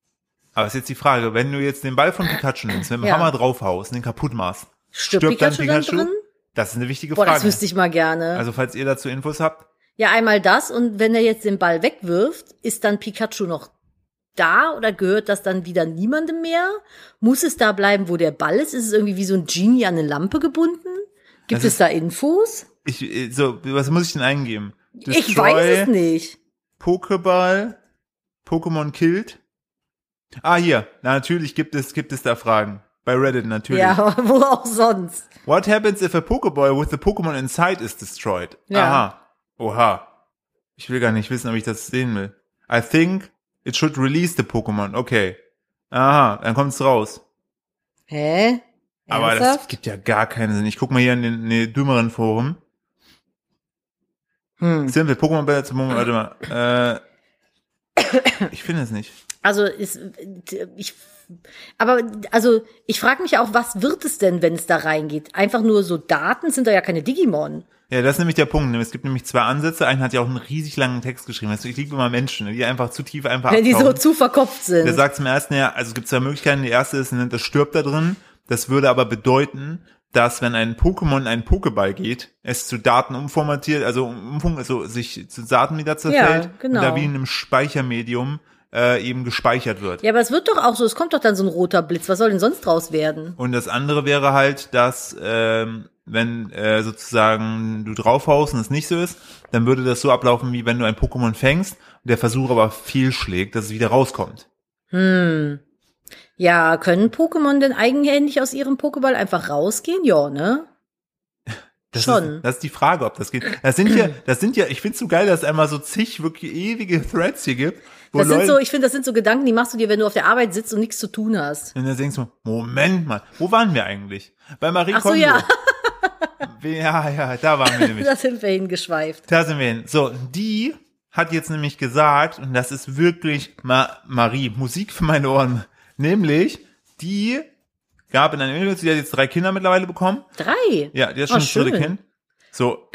S1: Aber ist jetzt die Frage, wenn du jetzt den Ball von Pikachu nimmst, mit dem
S2: Ja.
S1: Hammer draufhaust und den kaputt machst,
S2: Stirbt Pikachu dann drin?
S1: Das ist eine wichtige
S2: Boah, das
S1: Frage.
S2: wüsste ich mal gerne.
S1: Also falls ihr dazu Infos habt,
S2: ja, einmal das und wenn er jetzt den Ball wegwirft, ist dann Pikachu noch da oder gehört das dann wieder niemandem mehr? Muss es da bleiben, wo der Ball ist? Ist es irgendwie wie so ein Genie an eine Lampe gebunden? Gibt
S1: Das
S2: es da Infos?
S1: ich äh, so was muss ich denn eingeben?
S2: ich weiß es nicht.
S1: Pokéball, Pokémon killed. Ah hier, na, natürlich gibt es gibt es da Fragen bei Reddit natürlich.
S2: Ja, aber wo auch sonst?
S1: What happens if a Pokéball with the Pokémon inside is destroyed?
S2: Ja.
S1: Aha. Oha. Ich will gar nicht wissen, ob ich das sehen will. I think it should release the Pokémon. Okay. Aha, dann kommt's raus.
S2: Hä?
S1: Aber das
S2: Ernsthaft?
S1: gibt ja gar keinen Sinn. Ich guck mal hier in den, in den dümmeren Forum.
S2: Hm.
S1: Simple, Pokémon Battle zum Moment, warte mal. Äh, ich finde es nicht.
S2: Also ist ich aber also ich frage mich auch, was wird es denn, wenn es da reingeht? Einfach nur so Daten sind da ja keine Digimon.
S1: Ja, das ist nämlich der Punkt. Es gibt nämlich zwei Ansätze. Einen hat ja auch einen riesig langen Text geschrieben. Also ich liebe immer Menschen, die einfach zu tief einfach
S2: Wenn die so
S1: abtauchen.
S2: zu verkopft
S1: Der
S2: sind.
S1: sagt zum ersten, ja, also es gibt zwei Möglichkeiten. Die erste ist, das stirbt da drin. Das würde aber bedeuten, dass wenn ein Pokémon in einen Pokéball geht, es zu Daten umformatiert, also umfunk, also sich zu Daten wieder zerfällt
S2: genau.
S1: und da wie in einem Speichermedium äh, eben gespeichert wird.
S2: Ja, aber es wird doch auch so, es kommt doch dann so ein roter Blitz. Was soll denn sonst draus werden?
S1: Und das andere wäre halt, dass ähm, wenn äh, sozusagen du draufhaust und es nicht so ist, dann würde das so ablaufen, wie wenn du ein Pokémon fängst und der Versuch aber fehlschlägt, dass es wieder rauskommt.
S2: Ja, können Pokémon denn eigenhändig aus ihrem Pokéball einfach rausgehen? Ja, ne?
S1: Das
S2: Schon.
S1: Ist, das ist die Frage, ob das geht. Das sind ja, das sind ja, ich find's so geil, dass es einmal so zig wirklich ewige Threads hier gibt, wo
S2: Das
S1: Leute
S2: sind so, ich finde, das sind so Gedanken, die machst du dir, wenn du auf der Arbeit sitzt und nichts zu tun hast.
S1: und dann denkst du, Moment mal, wo waren wir eigentlich? Bei Marie
S2: Ach so,
S1: Kondo.
S2: ja.
S1: ja, ja, da waren wir nämlich.
S2: Da sind wir hingeschweift.
S1: Da sind wir hin. So, die hat jetzt nämlich gesagt, und das ist wirklich Ma Marie, Musik für meine Ohren, nämlich die gab in einem Interview, sie hat jetzt drei Kinder mittlerweile bekommen.
S2: Drei.
S1: Ja, die hat schon
S2: Oh,
S1: das dritte
S2: schön.
S1: Kind. So,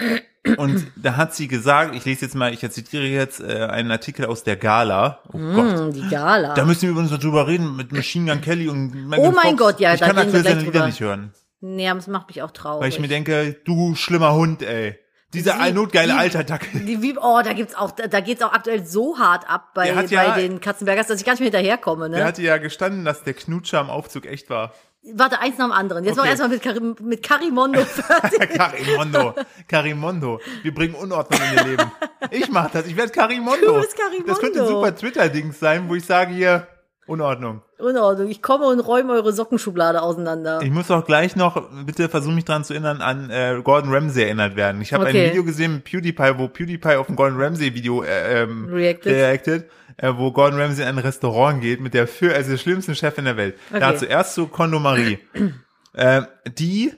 S1: und da hat sie gesagt, ich lese jetzt mal, ich zitiere jetzt äh, einen Artikel aus der Gala. Oh Gott.
S2: Hm, die Gala.
S1: Da müssen wir übrigens noch drüber reden mit Machine Gun Kelly und Megan
S2: Oh
S1: Fox.
S2: mein Gott, ja,
S1: ich
S2: da
S1: kann
S2: reden wir
S1: aktuell
S2: gleich
S1: seine Lieder
S2: drüber.
S1: nicht hören.
S2: Nee, aber das macht mich auch traurig.
S1: Weil ich mir denke, du schlimmer Hund, ey. Dieser
S2: Sie-
S1: ein notgeile
S2: die-
S1: alter Dackel.
S2: Die, wie, oh, da gibt's auch, da, da geht's auch aktuell so hart ab bei,
S1: Der hat ja-
S2: bei den Katzenbergers, dass ich gar nicht mehr hinterherkomme, ne?
S1: Der hatte ja gestanden, dass der Knutscher am Aufzug echt war.
S2: Warte, eins nach dem anderen. Jetzt
S1: Okay.
S2: machen wir erstmal mit, Karim, mit Carimondo fertig.
S1: Karimondo. Karimondo. Wir bringen Unordnung in ihr Leben. Ich mach das. Ich werde Karimondo.
S2: Du bist Karimondo.
S1: Das könnte ein super Twitter-Dings sein, wo ich sage hier, Unordnung.
S2: Unordnung. Ich komme und räume eure Sockenschublade auseinander.
S1: Ich muss auch gleich noch, bitte versuch mich dran zu erinnern, an äh, Gordon Ramsay erinnert werden. Ich habe
S2: Okay.
S1: ein Video gesehen mit PewDiePie, wo PewDiePie auf ein Gordon Ramsay-Video äh, ähm,
S2: Reacted.
S1: reacted, äh, wo Gordon Ramsay in ein Restaurant geht mit der für, also der schlimmsten Chefin der Welt.
S2: Okay.
S1: Dazu erst zu Kondomarie. äh, die,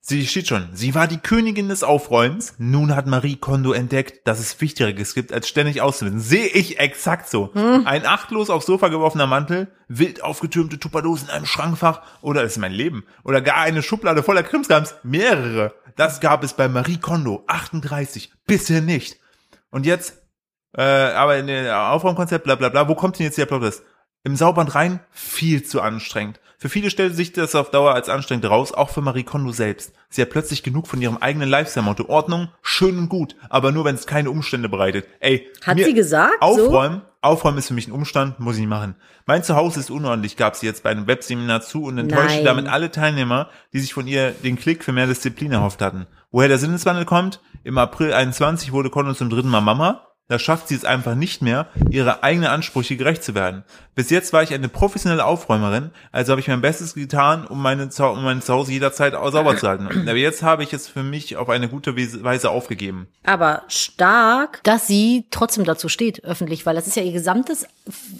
S1: sie steht schon, sie war die Königin des Aufräumens. Nun hat Marie Kondo entdeckt, dass es Wichtigeres gibt, als ständig auszuwinden. Sehe ich exakt so. Ein achtlos aufs Sofa geworfener Mantel, wild aufgetürmte Tupperdosen in einem Schrankfach oder das ist mein Leben. Oder gar eine Schublade voller Krimskrams. Mehrere. Das gab es bei Marie Kondo 38. Bisher nicht. Und jetzt äh, aber in dem Aufraumkonzept, bla bla bla, wo kommt denn jetzt der Plot Twist? Im Sauband rein, viel zu anstrengend. Für viele stellte sich das auf Dauer als anstrengend raus, auch für Marie Kondo selbst. Sie hat plötzlich genug von ihrem eigenen Lifestyle-Motto. Ordnung, schön und gut, aber nur, wenn es keine Umstände bereitet. Ey,
S2: Hat
S1: mir-
S2: sie gesagt? So?
S1: Aufräumen, aufräumen ist für mich ein Umstand, muss ich nicht machen. Mein Zuhause ist unordentlich, gab sie jetzt bei einem Webseminar zu und enttäuschte
S2: Nein.
S1: damit alle Teilnehmer, die sich von ihr den Klick für mehr Disziplin erhofft hatten. Woher der Sinneswandel kommt? Im April 21 wurde Kondo zum dritten Mal Mama. Da schafft sie es einfach nicht mehr, ihre eigenen Ansprüche gerecht zu werden. Bis jetzt war ich eine professionelle Aufräumerin, also habe ich mein Bestes getan, um, meine Zuha- um mein Zuhause jederzeit au- sauber zu halten. Aber jetzt habe ich es für mich auf eine gute Wes- Weise aufgegeben.
S2: Aber stark, dass sie trotzdem dazu steht, öffentlich, weil das ist ja ihr gesamtes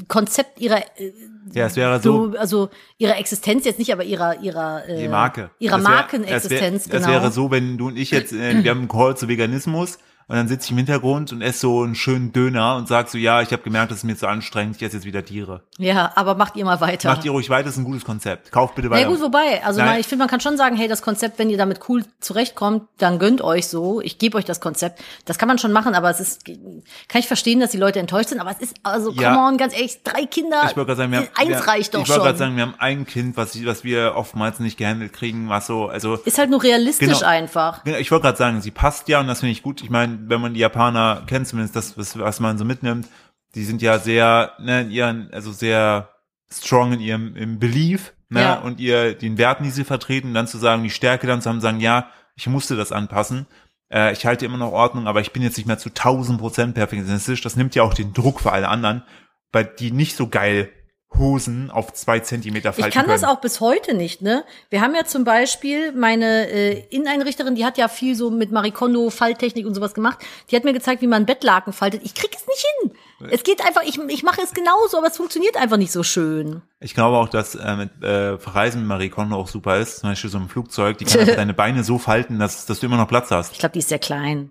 S2: Konzept ihrer, äh,
S1: Ja, es wäre so
S2: so, also ihrer Existenz jetzt nicht, aber ihrer, ihrer, äh,
S1: Die Marke.
S2: ihrer
S1: Das wär-
S2: Markenexistenz,
S1: das wär-
S2: genau. Mhm.
S1: Das wäre so, wenn du und ich jetzt, äh, wir haben einen Call zu Veganismus und dann sitze ich im Hintergrund und esse so einen schönen Döner und sag so, ja, ich habe gemerkt, das ist mir zu anstrengend, ich esse jetzt wieder Tiere.
S2: Ja, aber macht ihr mal weiter.
S1: Macht ihr ruhig weiter, das ist ein gutes Konzept. Kauft bitte
S2: Na
S1: weiter.
S2: gut, wobei, also
S1: Nein.
S2: mal, ich finde, man kann schon sagen, hey, das Konzept, wenn ihr damit cool zurechtkommt, dann gönnt euch so, ich gebe euch das Konzept. Das kann man schon machen, aber es ist, kann ich verstehen, dass die Leute enttäuscht sind, aber es ist, also,
S1: Ja.
S2: come on, ganz ehrlich, drei Kinder,
S1: ich wollte gerade sagen, wir haben,
S2: eins
S1: wir,
S2: reicht doch
S1: ich wollte
S2: schon.
S1: gerade sagen, wir haben ein Kind, was, was wir oftmals nicht gehandelt kriegen, was so, also
S2: ist halt nur realistisch
S1: Genau.
S2: einfach.
S1: Genau, ich wollte gerade sagen, sie passt ja und das finde ich gut. Ich meine, wenn man die Japaner kennt, zumindest das, was, was man so mitnimmt, die sind ja sehr, ne, in ihren, also sehr strong in ihrem im Belief, ne,
S2: Ja.
S1: und ihr, den Werten, die sie vertreten, dann zu sagen, die Stärke dann zu haben, sagen, ja, ich musste das anpassen. Äh, ich halte immer noch Ordnung, aber ich bin jetzt nicht mehr zu 1000 Prozent perfektionistisch. Das nimmt ja auch den Druck für alle anderen, weil die nicht so geil Hosen auf zwei Zentimeter falten
S2: Ich kann
S1: können.
S2: das auch bis heute nicht, ne? Wir haben ja zum Beispiel meine äh, Inneneinrichterin, die hat ja viel so mit Marikondo, Falttechnik und sowas gemacht. Die hat mir gezeigt, wie man Bettlaken faltet. Ich krieg es nicht hin. Es geht einfach, ich, ich mache es genauso, aber es funktioniert einfach nicht so schön.
S1: Ich glaube auch, dass äh, mit äh, Verreisen mit Marie Kondo auch super ist. Zum Beispiel so ein Flugzeug, die kann einfach deine Beine so falten, dass, dass du immer noch Platz hast.
S2: Ich glaube, die ist sehr klein.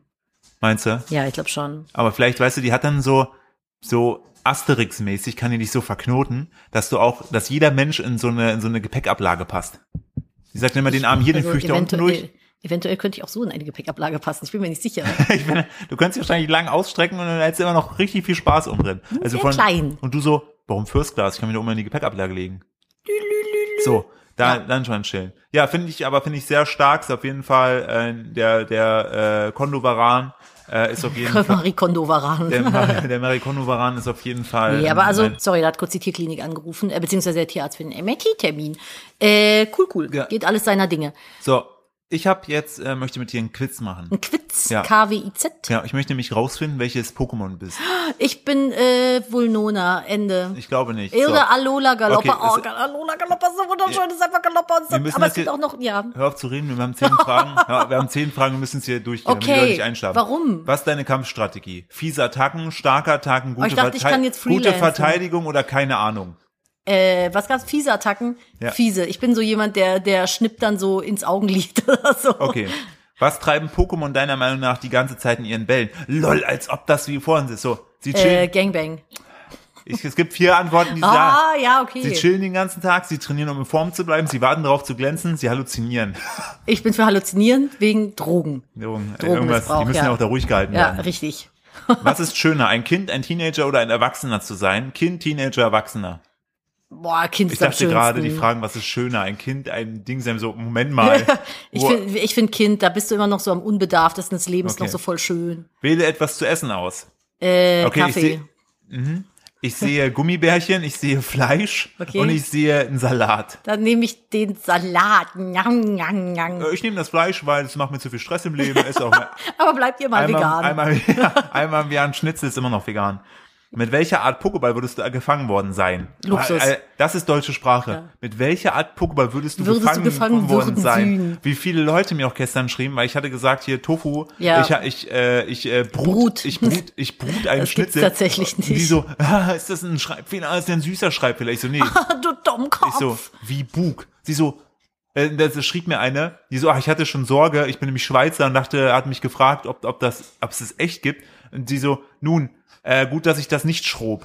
S1: Meinst du?
S2: Ja, ich glaube schon.
S1: Aber vielleicht, weißt du, die hat dann so, so Asterix-mäßig, kann die dich so verknoten, dass du auch, dass jeder Mensch in so eine, in so eine Gepäckablage passt. Die sagt immer, den Arm hier, den führe ich da unten durch.
S2: Also eventuell, eventuell könnte ich auch so in eine Gepäckablage passen. Ich bin mir nicht sicher.
S1: Ich bin, du könntest dich wahrscheinlich lang ausstrecken und dann hättest du immer noch richtig viel Spaß um drin. Also
S2: sehr
S1: von,
S2: klein.
S1: Und du so, warum First Class? Ich kann mich doch immer in die Gepäckablage legen. So, da, dann schon chillen. Ja, finde ich, aber finde ich sehr stark. Ist auf jeden Fall äh, der der äh, Kondovaran äh, ist auf jeden Fall
S2: Marie Kondo war ran.
S1: der, Ma- der Marie Kondovaran ist auf jeden Fall.
S2: Nee, aber
S1: ähm,
S2: also,
S1: ein-
S2: sorry, da hat kurz die Tierklinik angerufen, äh, beziehungsweise der Tierarzt für den MRT-Termin. Äh, cool, cool.
S1: Ja.
S2: Geht alles seiner Dinge.
S1: so, ich habe jetzt äh, möchte mit dir einen Quiz machen.
S2: Ein Quiz,
S1: Ja.
S2: K-W-I-Z.
S1: Ja, ich möchte nämlich rausfinden, welches Pokémon bist.
S2: Ich bin äh, Vulnona, Ende.
S1: Ich glaube nicht. So.
S2: Oder Alola Galoppa.
S1: Okay,
S2: oh,
S1: es-
S2: Gal- Alola Galoppa ist so wunderschön, ist einfach Galoppa. Und so,
S1: Wir müssen
S2: aber es
S1: das
S2: gibt
S1: hier-
S2: auch noch, ja.
S1: Hör auf zu reden, wir haben zehn Fragen. Ja, wir haben zehn Fragen, wir müssen es hier durchgehen, damit die
S2: Okay,
S1: Leute nicht einschlafen.
S2: warum? Oh,
S1: Was ist deine Kampfstrategie? Fiese Attacken, starke Attacken, gute,
S2: ich dachte, ich
S1: Vertei-
S2: kann jetzt
S1: gute
S2: freelancen.
S1: Verteidigung oder keine Ahnung?
S2: Äh, was gab's? Fiese Attacken?
S1: Ja.
S2: Fiese. Ich bin so jemand, der, der schnippt dann so ins Augenlid oder so.
S1: Okay. Was treiben Pokémon deiner Meinung nach die ganze Zeit in ihren Bällen? Lol, als ob das wie vorhin ist. So, sie
S2: Äh,
S1: chillen.
S2: Gangbang.
S1: ich, es gibt vier Antworten, die sie
S2: Ah,
S1: sagen.
S2: ja, okay.
S1: Sie chillen den ganzen Tag, sie trainieren, um in Form zu bleiben, sie warten darauf zu glänzen, sie halluzinieren.
S2: Ich bin für Halluzinieren wegen Drogen.
S1: Irgendwas, die müssen ja.
S2: ja.
S1: auch da ruhig gehalten
S2: Ja,
S1: werden.
S2: richtig.
S1: Was ist schöner, ein Kind, ein Teenager oder ein Erwachsener zu sein? Kind, Teenager, Erwachsener.
S2: Boah, Kind
S1: Ich
S2: ist am
S1: dachte
S2: schönsten.
S1: gerade, die fragen, was ist schöner, ein Kind, ein Ding, sein so, Moment mal.
S2: ich
S1: Wo-
S2: finde ich find Kind, da bist du immer noch so am unbedarftesten des Lebens
S1: Okay.
S2: noch so voll schön.
S1: wähle etwas zu essen aus.
S2: Äh,
S1: Okay, ich
S2: Kaffee.
S1: seh- Ich ich sehe Gummibärchen, ich sehe Fleisch
S2: Okay.
S1: und ich sehe einen Salat.
S2: Dann nehme ich den Salat. Njam, njam, njam.
S1: Äh, Ich nehme das Fleisch, weil es macht mir zu viel Stress im Leben. Ist auch mal
S2: Aber bleibt ihr mal
S1: einmal,
S2: vegan.
S1: einmal, einmal im Jahr ein Schnitzel ist immer noch vegan. Mit welcher Art Pokéball würdest du äh, gefangen worden sein?
S2: Luxus.
S1: Äh, äh, Das ist deutsche Sprache. Mit welcher Art Pokéball würdest du
S2: Würdest du
S1: gefangen,
S2: gefangen
S1: worden
S2: würden
S1: sein?
S2: sein?
S1: Wie viele Leute mir auch gestern schrieben, weil ich hatte gesagt, hier Tofu,
S2: Ja.
S1: ich, ha- ich, äh, ich, äh, brut,
S2: Brut.
S1: ich brut, ich brut einen
S2: Das gibt's
S1: Schnitzel.
S2: tatsächlich
S1: Die
S2: nicht.
S1: so, ah, ist das ein Schreibfehler? Ah, ist ja ein süßer Schreibfehler. Ich so, nee,
S2: du Dummkopf.
S1: ich so, wie Bug. Sie so, äh, das das schrieb mir eine, die so, ach, ich hatte schon Sorge, ich bin nämlich Schweizer und dachte, hat mich gefragt, ob, ob das, ob es das echt gibt. Und die so, nun, äh, gut, dass ich das nicht schrob.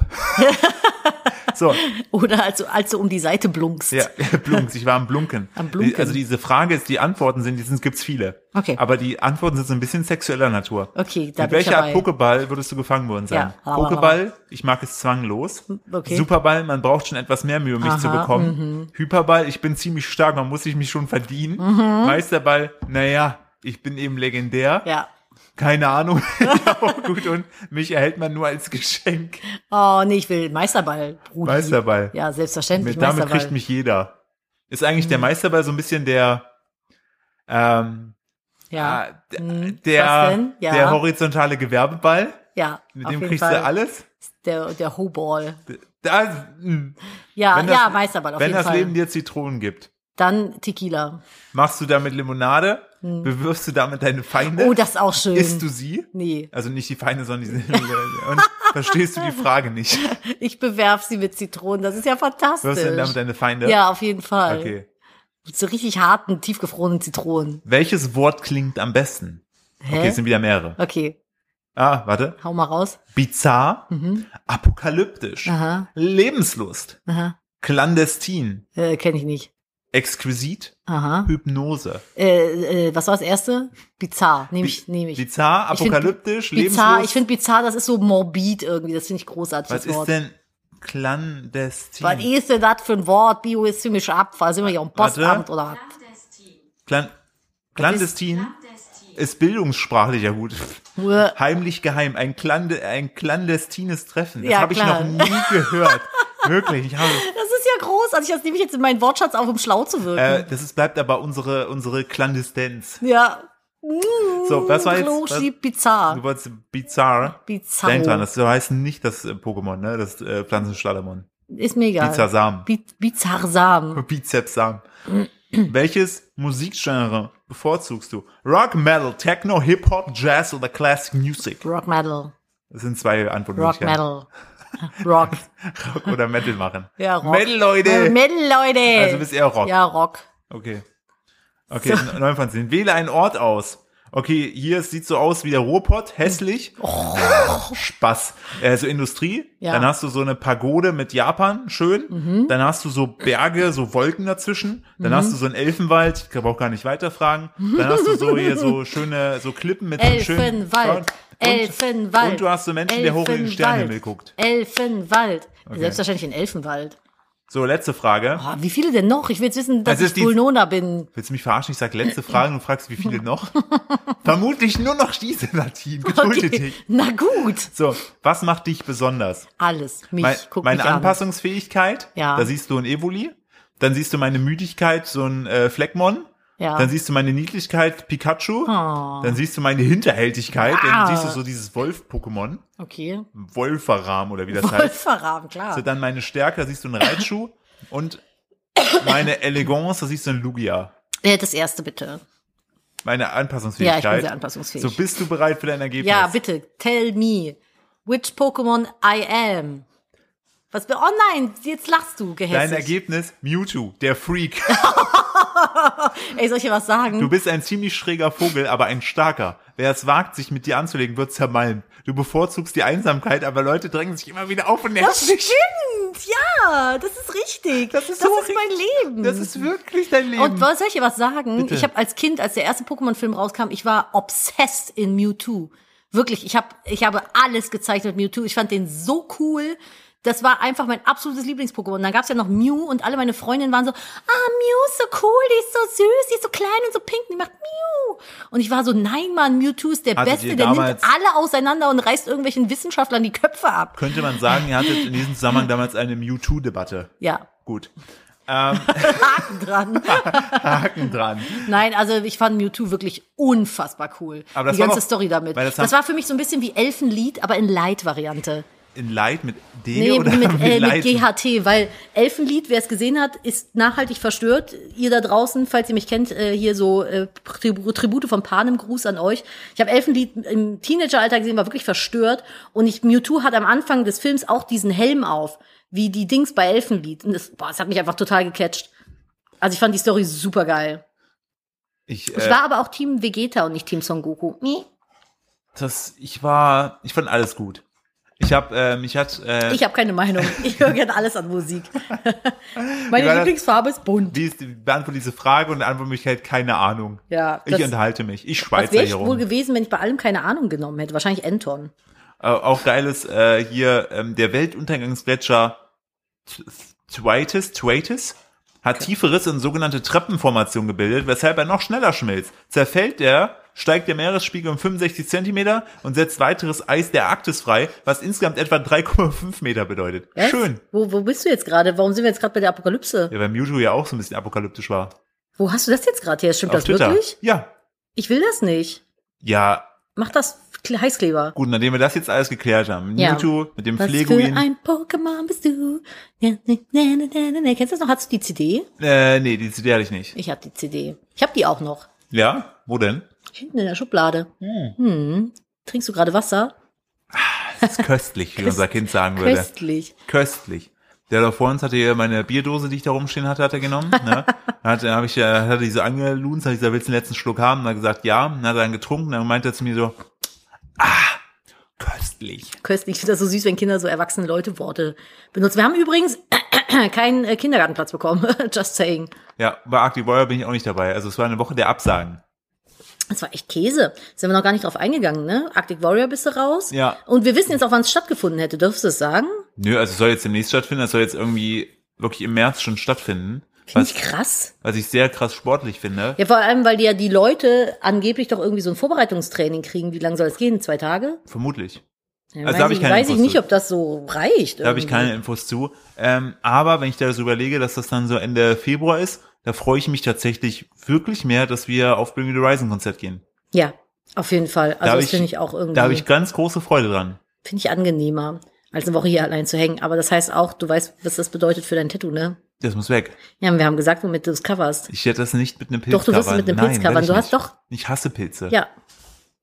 S1: so,
S2: Oder als, du- als du um die Seite blunkst.
S1: ja, Blunks, ich war am Blunken.
S2: Am Blunken.
S1: Also diese Frage ist, die Antworten sind, die sind, gibt's viele.
S2: Okay.
S1: Aber die Antworten sind so ein bisschen sexueller Natur.
S2: Okay, da
S1: Mit
S2: bin ich
S1: welcher Art
S2: dabei.
S1: Pokéball würdest du gefangen worden sein?
S2: Ja,
S1: Pokéball, ich mag es zwanglos.
S2: Hm, Okay.
S1: Superball, man braucht schon etwas mehr Mühe, um mich zu
S2: Aha, mhm.
S1: bekommen. Hyperball, ich bin ziemlich stark, man muss sich mich schon verdienen. Meisterball, naja, ich bin eben legendär.
S2: Mhm. Ja.
S1: Keine Ahnung. ja, oh, gut, und mich erhält man nur als Geschenk.
S2: Oh, nee, ich will Meisterball, Brudi.
S1: Meisterball.
S2: Ja, selbstverständlich.
S1: Mit, damit
S2: Meisterball. Mhm.
S1: kriegt mich jeder. Ist eigentlich der Meisterball so ein bisschen der, ähm,
S2: ja.
S1: ah, d-
S2: Hm, was
S1: der,
S2: denn? Ja.
S1: der horizontale Gewerbeball?
S2: ja,
S1: Mit
S2: auf
S1: dem
S2: jeden
S1: kriegst
S2: Fall.
S1: du alles?
S2: Der, der Hohball.
S1: Da, mh.
S2: Ja,
S1: Wenn das-
S2: ja, Meisterball auf
S1: Wenn
S2: jeden
S1: das
S2: Fall.
S1: Leben dir Zitronen gibt,
S2: Dann Tequila.
S1: machst du damit Limonade?
S2: Hm.
S1: Bewirfst du damit deine Feinde?
S2: Oh, das ist auch schön.
S1: Ne? Isst du sie?
S2: nee,
S1: Also nicht die Feinde, sondern die und verstehst du die Frage nicht?
S2: ich bewerf sie mit Zitronen. Das ist ja fantastisch.
S1: Wirfst du damit deine Feinde?
S2: ja, auf jeden Fall.
S1: Okay.
S2: Mit so richtig harten, tiefgefrorenen Zitronen.
S1: Welches Wort klingt am besten? Okay,
S2: Hä?
S1: es sind wieder mehrere.
S2: Okay,
S1: Ah, warte.
S2: hau mal raus.
S1: Bizarr, apokalyptisch,
S2: Aha,
S1: Lebenslust,
S2: aha.
S1: clandestin,
S2: Äh, Kenne ich nicht.
S1: exquisit,
S2: Aha.
S1: Hypnose.
S2: Äh, äh, was war das erste? Bizarr. Nehme ich,
S1: Bi-
S2: nehme ich.
S1: Bizarr,
S2: Ich find
S1: apokalyptisch,
S2: Bizarr.
S1: Lebenslust.
S2: Ich finde bizarr, das ist so morbid irgendwie. Das finde ich großartig.
S1: Was
S2: das Wort.
S1: ist denn clandestin?
S2: Was ist denn das für ein Wort? Bio ist ziemlich abfall. Sind wir hier am
S1: Warte.
S2: Postamt oder was?
S3: Clandestin.
S1: Clan Clandestin
S3: Clandestin.
S1: ist bildungssprachlich, ja gut.
S2: Nur-
S1: Heimlich geheim, ein, Klande, ein clandestines Treffen. Das
S2: Ja,
S1: habe ich noch
S2: klar.
S1: nie gehört. Wirklich, ich habe,
S2: Das ist ja großartig. Das nehme ich jetzt in meinen Wortschatz auf, um schlau zu wirken.
S1: äh, das ist, bleibt aber unsere, unsere Clandestinz.
S2: ja.
S1: So, Ähm, was war jetzt? Was,
S2: Kloshi
S1: du
S2: bizarr.
S1: wolltest bizarr.
S2: Hm, Bizarro.
S1: Denk dran, das heißt nicht das äh, Pokémon, ne? Das äh, Pflanzenschlalamon.
S2: Ist mir egal.
S1: Bizarrsam.
S2: Bi Bizarrsam.
S1: Bizepsam. Welches Musikgenre bevorzugst du? Rock, Metal, Techno, Hip-Hop, Jazz oder Classic Music?
S2: Rock Metal.
S1: Das sind zwei Antworten.
S2: Rock
S1: die ich kenne.
S2: Metal. Rock.
S1: Rock oder Metal machen.
S2: Ja, Rock.
S1: Metal, Leute!
S2: Äh, Metal, Leute.
S1: Also bist eher Rock.
S2: Ja, Rock.
S1: Okay. Okay, neun 9 von 10. Wähle einen Ort aus. Okay, hier es sieht so aus wie der Ruhrpott, hässlich. Spaß. Äh, so Industrie.
S2: Oh. Ja. Mhm.
S1: Dann hast du so eine Pagode mit Japan, schön. Dann hast du so Berge, so Wolken dazwischen. Dann hast du so einen Elfenwald, ich brauche gar nicht weiterfragen. Dann hast du so hier so schöne, so Klippen mit schönen
S2: Elfenwald.
S1: Und-
S2: Elfenwald.
S1: Und du hast so Menschen, der hoch in den
S2: Elfenwald.
S1: Sternenhimmel guckt.
S2: Elfenwald. Selbstverständlich in Elfenwald.
S1: So, letzte Frage.
S2: Boah, wie viele denn noch? Ich will jetzt wissen, dass
S1: Also ist
S2: ich
S1: die-
S2: Bulnona bin.
S1: Willst du mich verarschen? Ich sag letzte Frage und du fragst, wie viele noch? Vermutlich nur noch diese, Nadine. Gedulde
S2: Okay.
S1: dich.
S2: Na gut.
S1: So, was macht dich besonders?
S2: Alles. Mich.
S1: Mein,
S2: Guck
S1: meine
S2: mich
S1: Anpassungsfähigkeit,
S2: Ja.
S1: da siehst du ein Evoli. Dann siehst du meine Müdigkeit, so ein äh, Fleckmon.
S2: an. Ja. Oh.
S1: Dann siehst du meine Niedlichkeit, Pikachu. Dann siehst du meine Hinterhältigkeit.
S2: Ah.
S1: Dann siehst du so dieses Wolf-Pokémon.
S2: okay.
S1: Wolferram oder wie das heißt.
S2: Wolfram, klar.
S1: So, dann meine Stärke, da siehst du einen Reitschuh. und meine Elegance, da siehst du einen Lugia.
S2: Äh, Das erste bitte.
S1: Meine Anpassungsfähigkeit.
S2: Ja, ich bin sehr anpassungsfähig.
S1: So bist du bereit für dein Ergebnis?
S2: Ja, bitte, tell me, which Pokémon I am. Was, be- oh nein, jetzt lachst du,
S1: Dein
S2: gehässig.
S1: Ergebnis Mewtwo, der Freak.
S2: Ey, soll ich dir was sagen?
S1: Du bist ein ziemlich schräger Vogel, aber ein starker. Wer es wagt, sich mit dir anzulegen, wird zermalmt. Du bevorzugst die Einsamkeit, aber Leute drängen sich immer wieder auf und nerven
S2: das
S1: dich.
S2: stimmt, ja, das ist richtig. Das ist,
S1: so
S2: mein Leben.
S1: Das ist wirklich dein Leben.
S2: und was soll ich dir was sagen? Ich habe als Kind, als der erste Pokémon-Film rauskam, ich war obsessed in Mewtwo. Wirklich, ich habe ich habe alles gezeichnet mit Mewtwo. Ich fand den so cool. Das war einfach mein absolutes Lieblings-Pokémon. Und Dann gab's ja noch Mew und alle meine Freundinnen waren so, ah, Mew ist so cool, die ist so süß, die ist so klein und so pink, und die macht Mew. Und ich war so, nein, Mann, Mewtwo ist der
S1: Hattet
S2: Beste,
S1: ihr
S2: der nimmt
S1: damals-
S2: alle auseinander und reißt irgendwelchen Wissenschaftlern die Köpfe ab.
S1: Könnte man sagen, ihr hattet in diesem Zusammenhang damals eine Mewtwo-Debatte.
S2: Ja,
S1: Gut.
S2: Haken dran.
S1: Haken dran.
S2: Nein, also ich fand Mewtwo wirklich unfassbar cool.
S1: Aber das
S2: die
S1: war
S2: ganze
S1: doch-
S2: Story damit.
S1: weil das
S2: Das,
S1: haben-
S2: war für mich so ein bisschen wie Elfenlied, aber in Light-Variante.
S1: In Light mit D
S2: Nee,
S1: oder
S2: mit, äh, mit
S1: Light?
S2: GHT, weil Elfenlied, wer es gesehen hat, ist nachhaltig verstört. Ihr da draußen, falls ihr mich kennt, äh, hier so äh, Tribu- Tribute von Panem, Gruß an euch. Ich habe Elfenlied im Teenageralter gesehen, war wirklich verstört. Und ich, Mewtwo hat am Anfang des Films auch diesen Helm auf, wie die Dings bei Elfenlied. Und das, boah, das hat mich einfach total gecatcht. Also ich fand die Story super geil.
S1: Ich,
S2: Ich
S1: äh,
S2: war aber auch Team Vegeta und nicht Team Son Goku. Nee.
S1: das, ich war, ich fand alles gut. Ich hab, äh, mich hat, äh,
S2: Ich habe keine Meinung. Ich höre gerne alles an Musik.
S1: Wie
S2: Meine
S1: war das?
S2: Lieblingsfarbe ist bunt.
S1: wie ist, die- beantworte diese Frage und die Antwortmöglichkeit, keine Ahnung.
S2: Ja,
S1: Ich
S2: das-
S1: unterhalte mich. Ich
S2: Was
S1: schweizer
S2: wäre ich
S1: hier
S2: wohl
S1: rum.
S2: gewesen, wenn ich bei allem keine Ahnung genommen hätte? Wahrscheinlich Anton.
S1: Äh, auch geiles, äh, hier, ähm, der Weltuntergangsgletscher T- Thwaitis, Thwaitis, hat tiefe Risse in sogenannte Treppenformation gebildet, weshalb er noch schneller schmilzt. Zerfällt er, steigt der Meeresspiegel um 65 Zentimeter und setzt weiteres Eis der Arktis frei, was insgesamt etwa 3,5 Meter bedeutet.
S2: Was?
S1: Schön.
S2: Wo, wo bist du jetzt gerade? Warum sind wir jetzt gerade bei der Apokalypse?
S1: Ja, weil Mewtwo ja auch so ein bisschen apokalyptisch war.
S2: Wo hast du das jetzt gerade her? Stimmt
S1: Auf
S2: das
S1: Twitter.
S2: wirklich?
S1: Ja.
S2: Ich will das nicht.
S1: Ja,
S2: Mach das Kle- Heißkleber.
S1: gut, nachdem wir das jetzt alles geklärt haben.
S2: Ja.
S1: Mewtwo mit dem
S2: Was für
S1: Pfleguin.
S2: ein Pokémon bist du? Na, na, na, na, na, na. Kennst du das noch? Hattest du die CD?
S1: Äh, nee, die CD hatte ich nicht.
S2: Ich habe die CD. Ich habe die auch noch.
S1: Ja? Wo denn?
S2: Hinten in der Schublade. Hm. Trinkst du gerade Wasser?
S1: Das ist köstlich, wie unser Kind sagen würde.
S2: Köstlich.
S1: Köstlich. Der da vor uns hatte ja meine Bierdose, die ich da rumstehen hatte, hat er genommen. Ne? Hat, habe ich, äh, hat er diese angelunzt, habe ich gesagt, willst du den letzten Schluck haben? Und er gesagt, ja. Und hat er dann getrunken, dann meinte er zu mir so, ah, köstlich.
S2: Köstlich. Ich finde das so süß, wenn Kinder so erwachsene Leute Worte benutzen. Wir haben übrigens keinen äh, Kindergartenplatz bekommen. Just saying.
S1: Ja, bei Arctic Warrior bin ich auch nicht dabei. Also es war eine Woche der Absagen.
S2: Das war echt Käse. Sind wir noch gar nicht drauf eingegangen, ne? Arctic Warrior bist du raus.
S1: Ja.
S2: Und wir wissen jetzt auch, wann es stattgefunden hätte. Dürfst du es sagen?
S1: Nö, also es soll jetzt demnächst stattfinden, es soll jetzt irgendwie wirklich im März schon stattfinden.
S2: Finde
S1: Was,
S2: ich krass.
S1: was ich sehr krass sportlich finde.
S2: Ja, vor allem, weil die ja die Leute angeblich doch irgendwie so ein Vorbereitungstraining kriegen. Wie lange soll es gehen? Zwei Tage?
S1: Vermutlich. Also
S2: Ja, weiß
S1: da habe ich
S2: ich,
S1: keine
S2: weiß ich
S1: Infos
S2: nicht,
S1: zu.
S2: ob das so reicht.
S1: Da habe ich keine Infos zu. Ähm, aber wenn ich da so überlege, dass das dann so Ende Februar ist, da freue ich mich tatsächlich wirklich mehr, dass wir auf Bring Me the Horizon Konzert gehen.
S2: Ja, auf jeden Fall.
S1: Da
S2: Also
S1: hab
S2: das finde ich auch
S1: Da habe ich
S2: irgendwie,
S1: ganz große Freude dran.
S2: finde ich angenehmer, als eine Woche hier allein zu hängen. Aber das heißt auch, du weißt, was das bedeutet für dein Tattoo, ne?
S1: Das muss weg.
S2: Ja, wir haben gesagt, womit du es coverst.
S1: Ich hätte das nicht mit einem Pilz
S2: Doch, du wirst es
S1: covern.
S2: mit einem
S1: Nein,
S2: Pilz
S1: werde
S2: covern.
S1: ich
S2: Du hast
S1: nicht.
S2: doch-
S1: Ich hasse Pilze.
S2: Ja.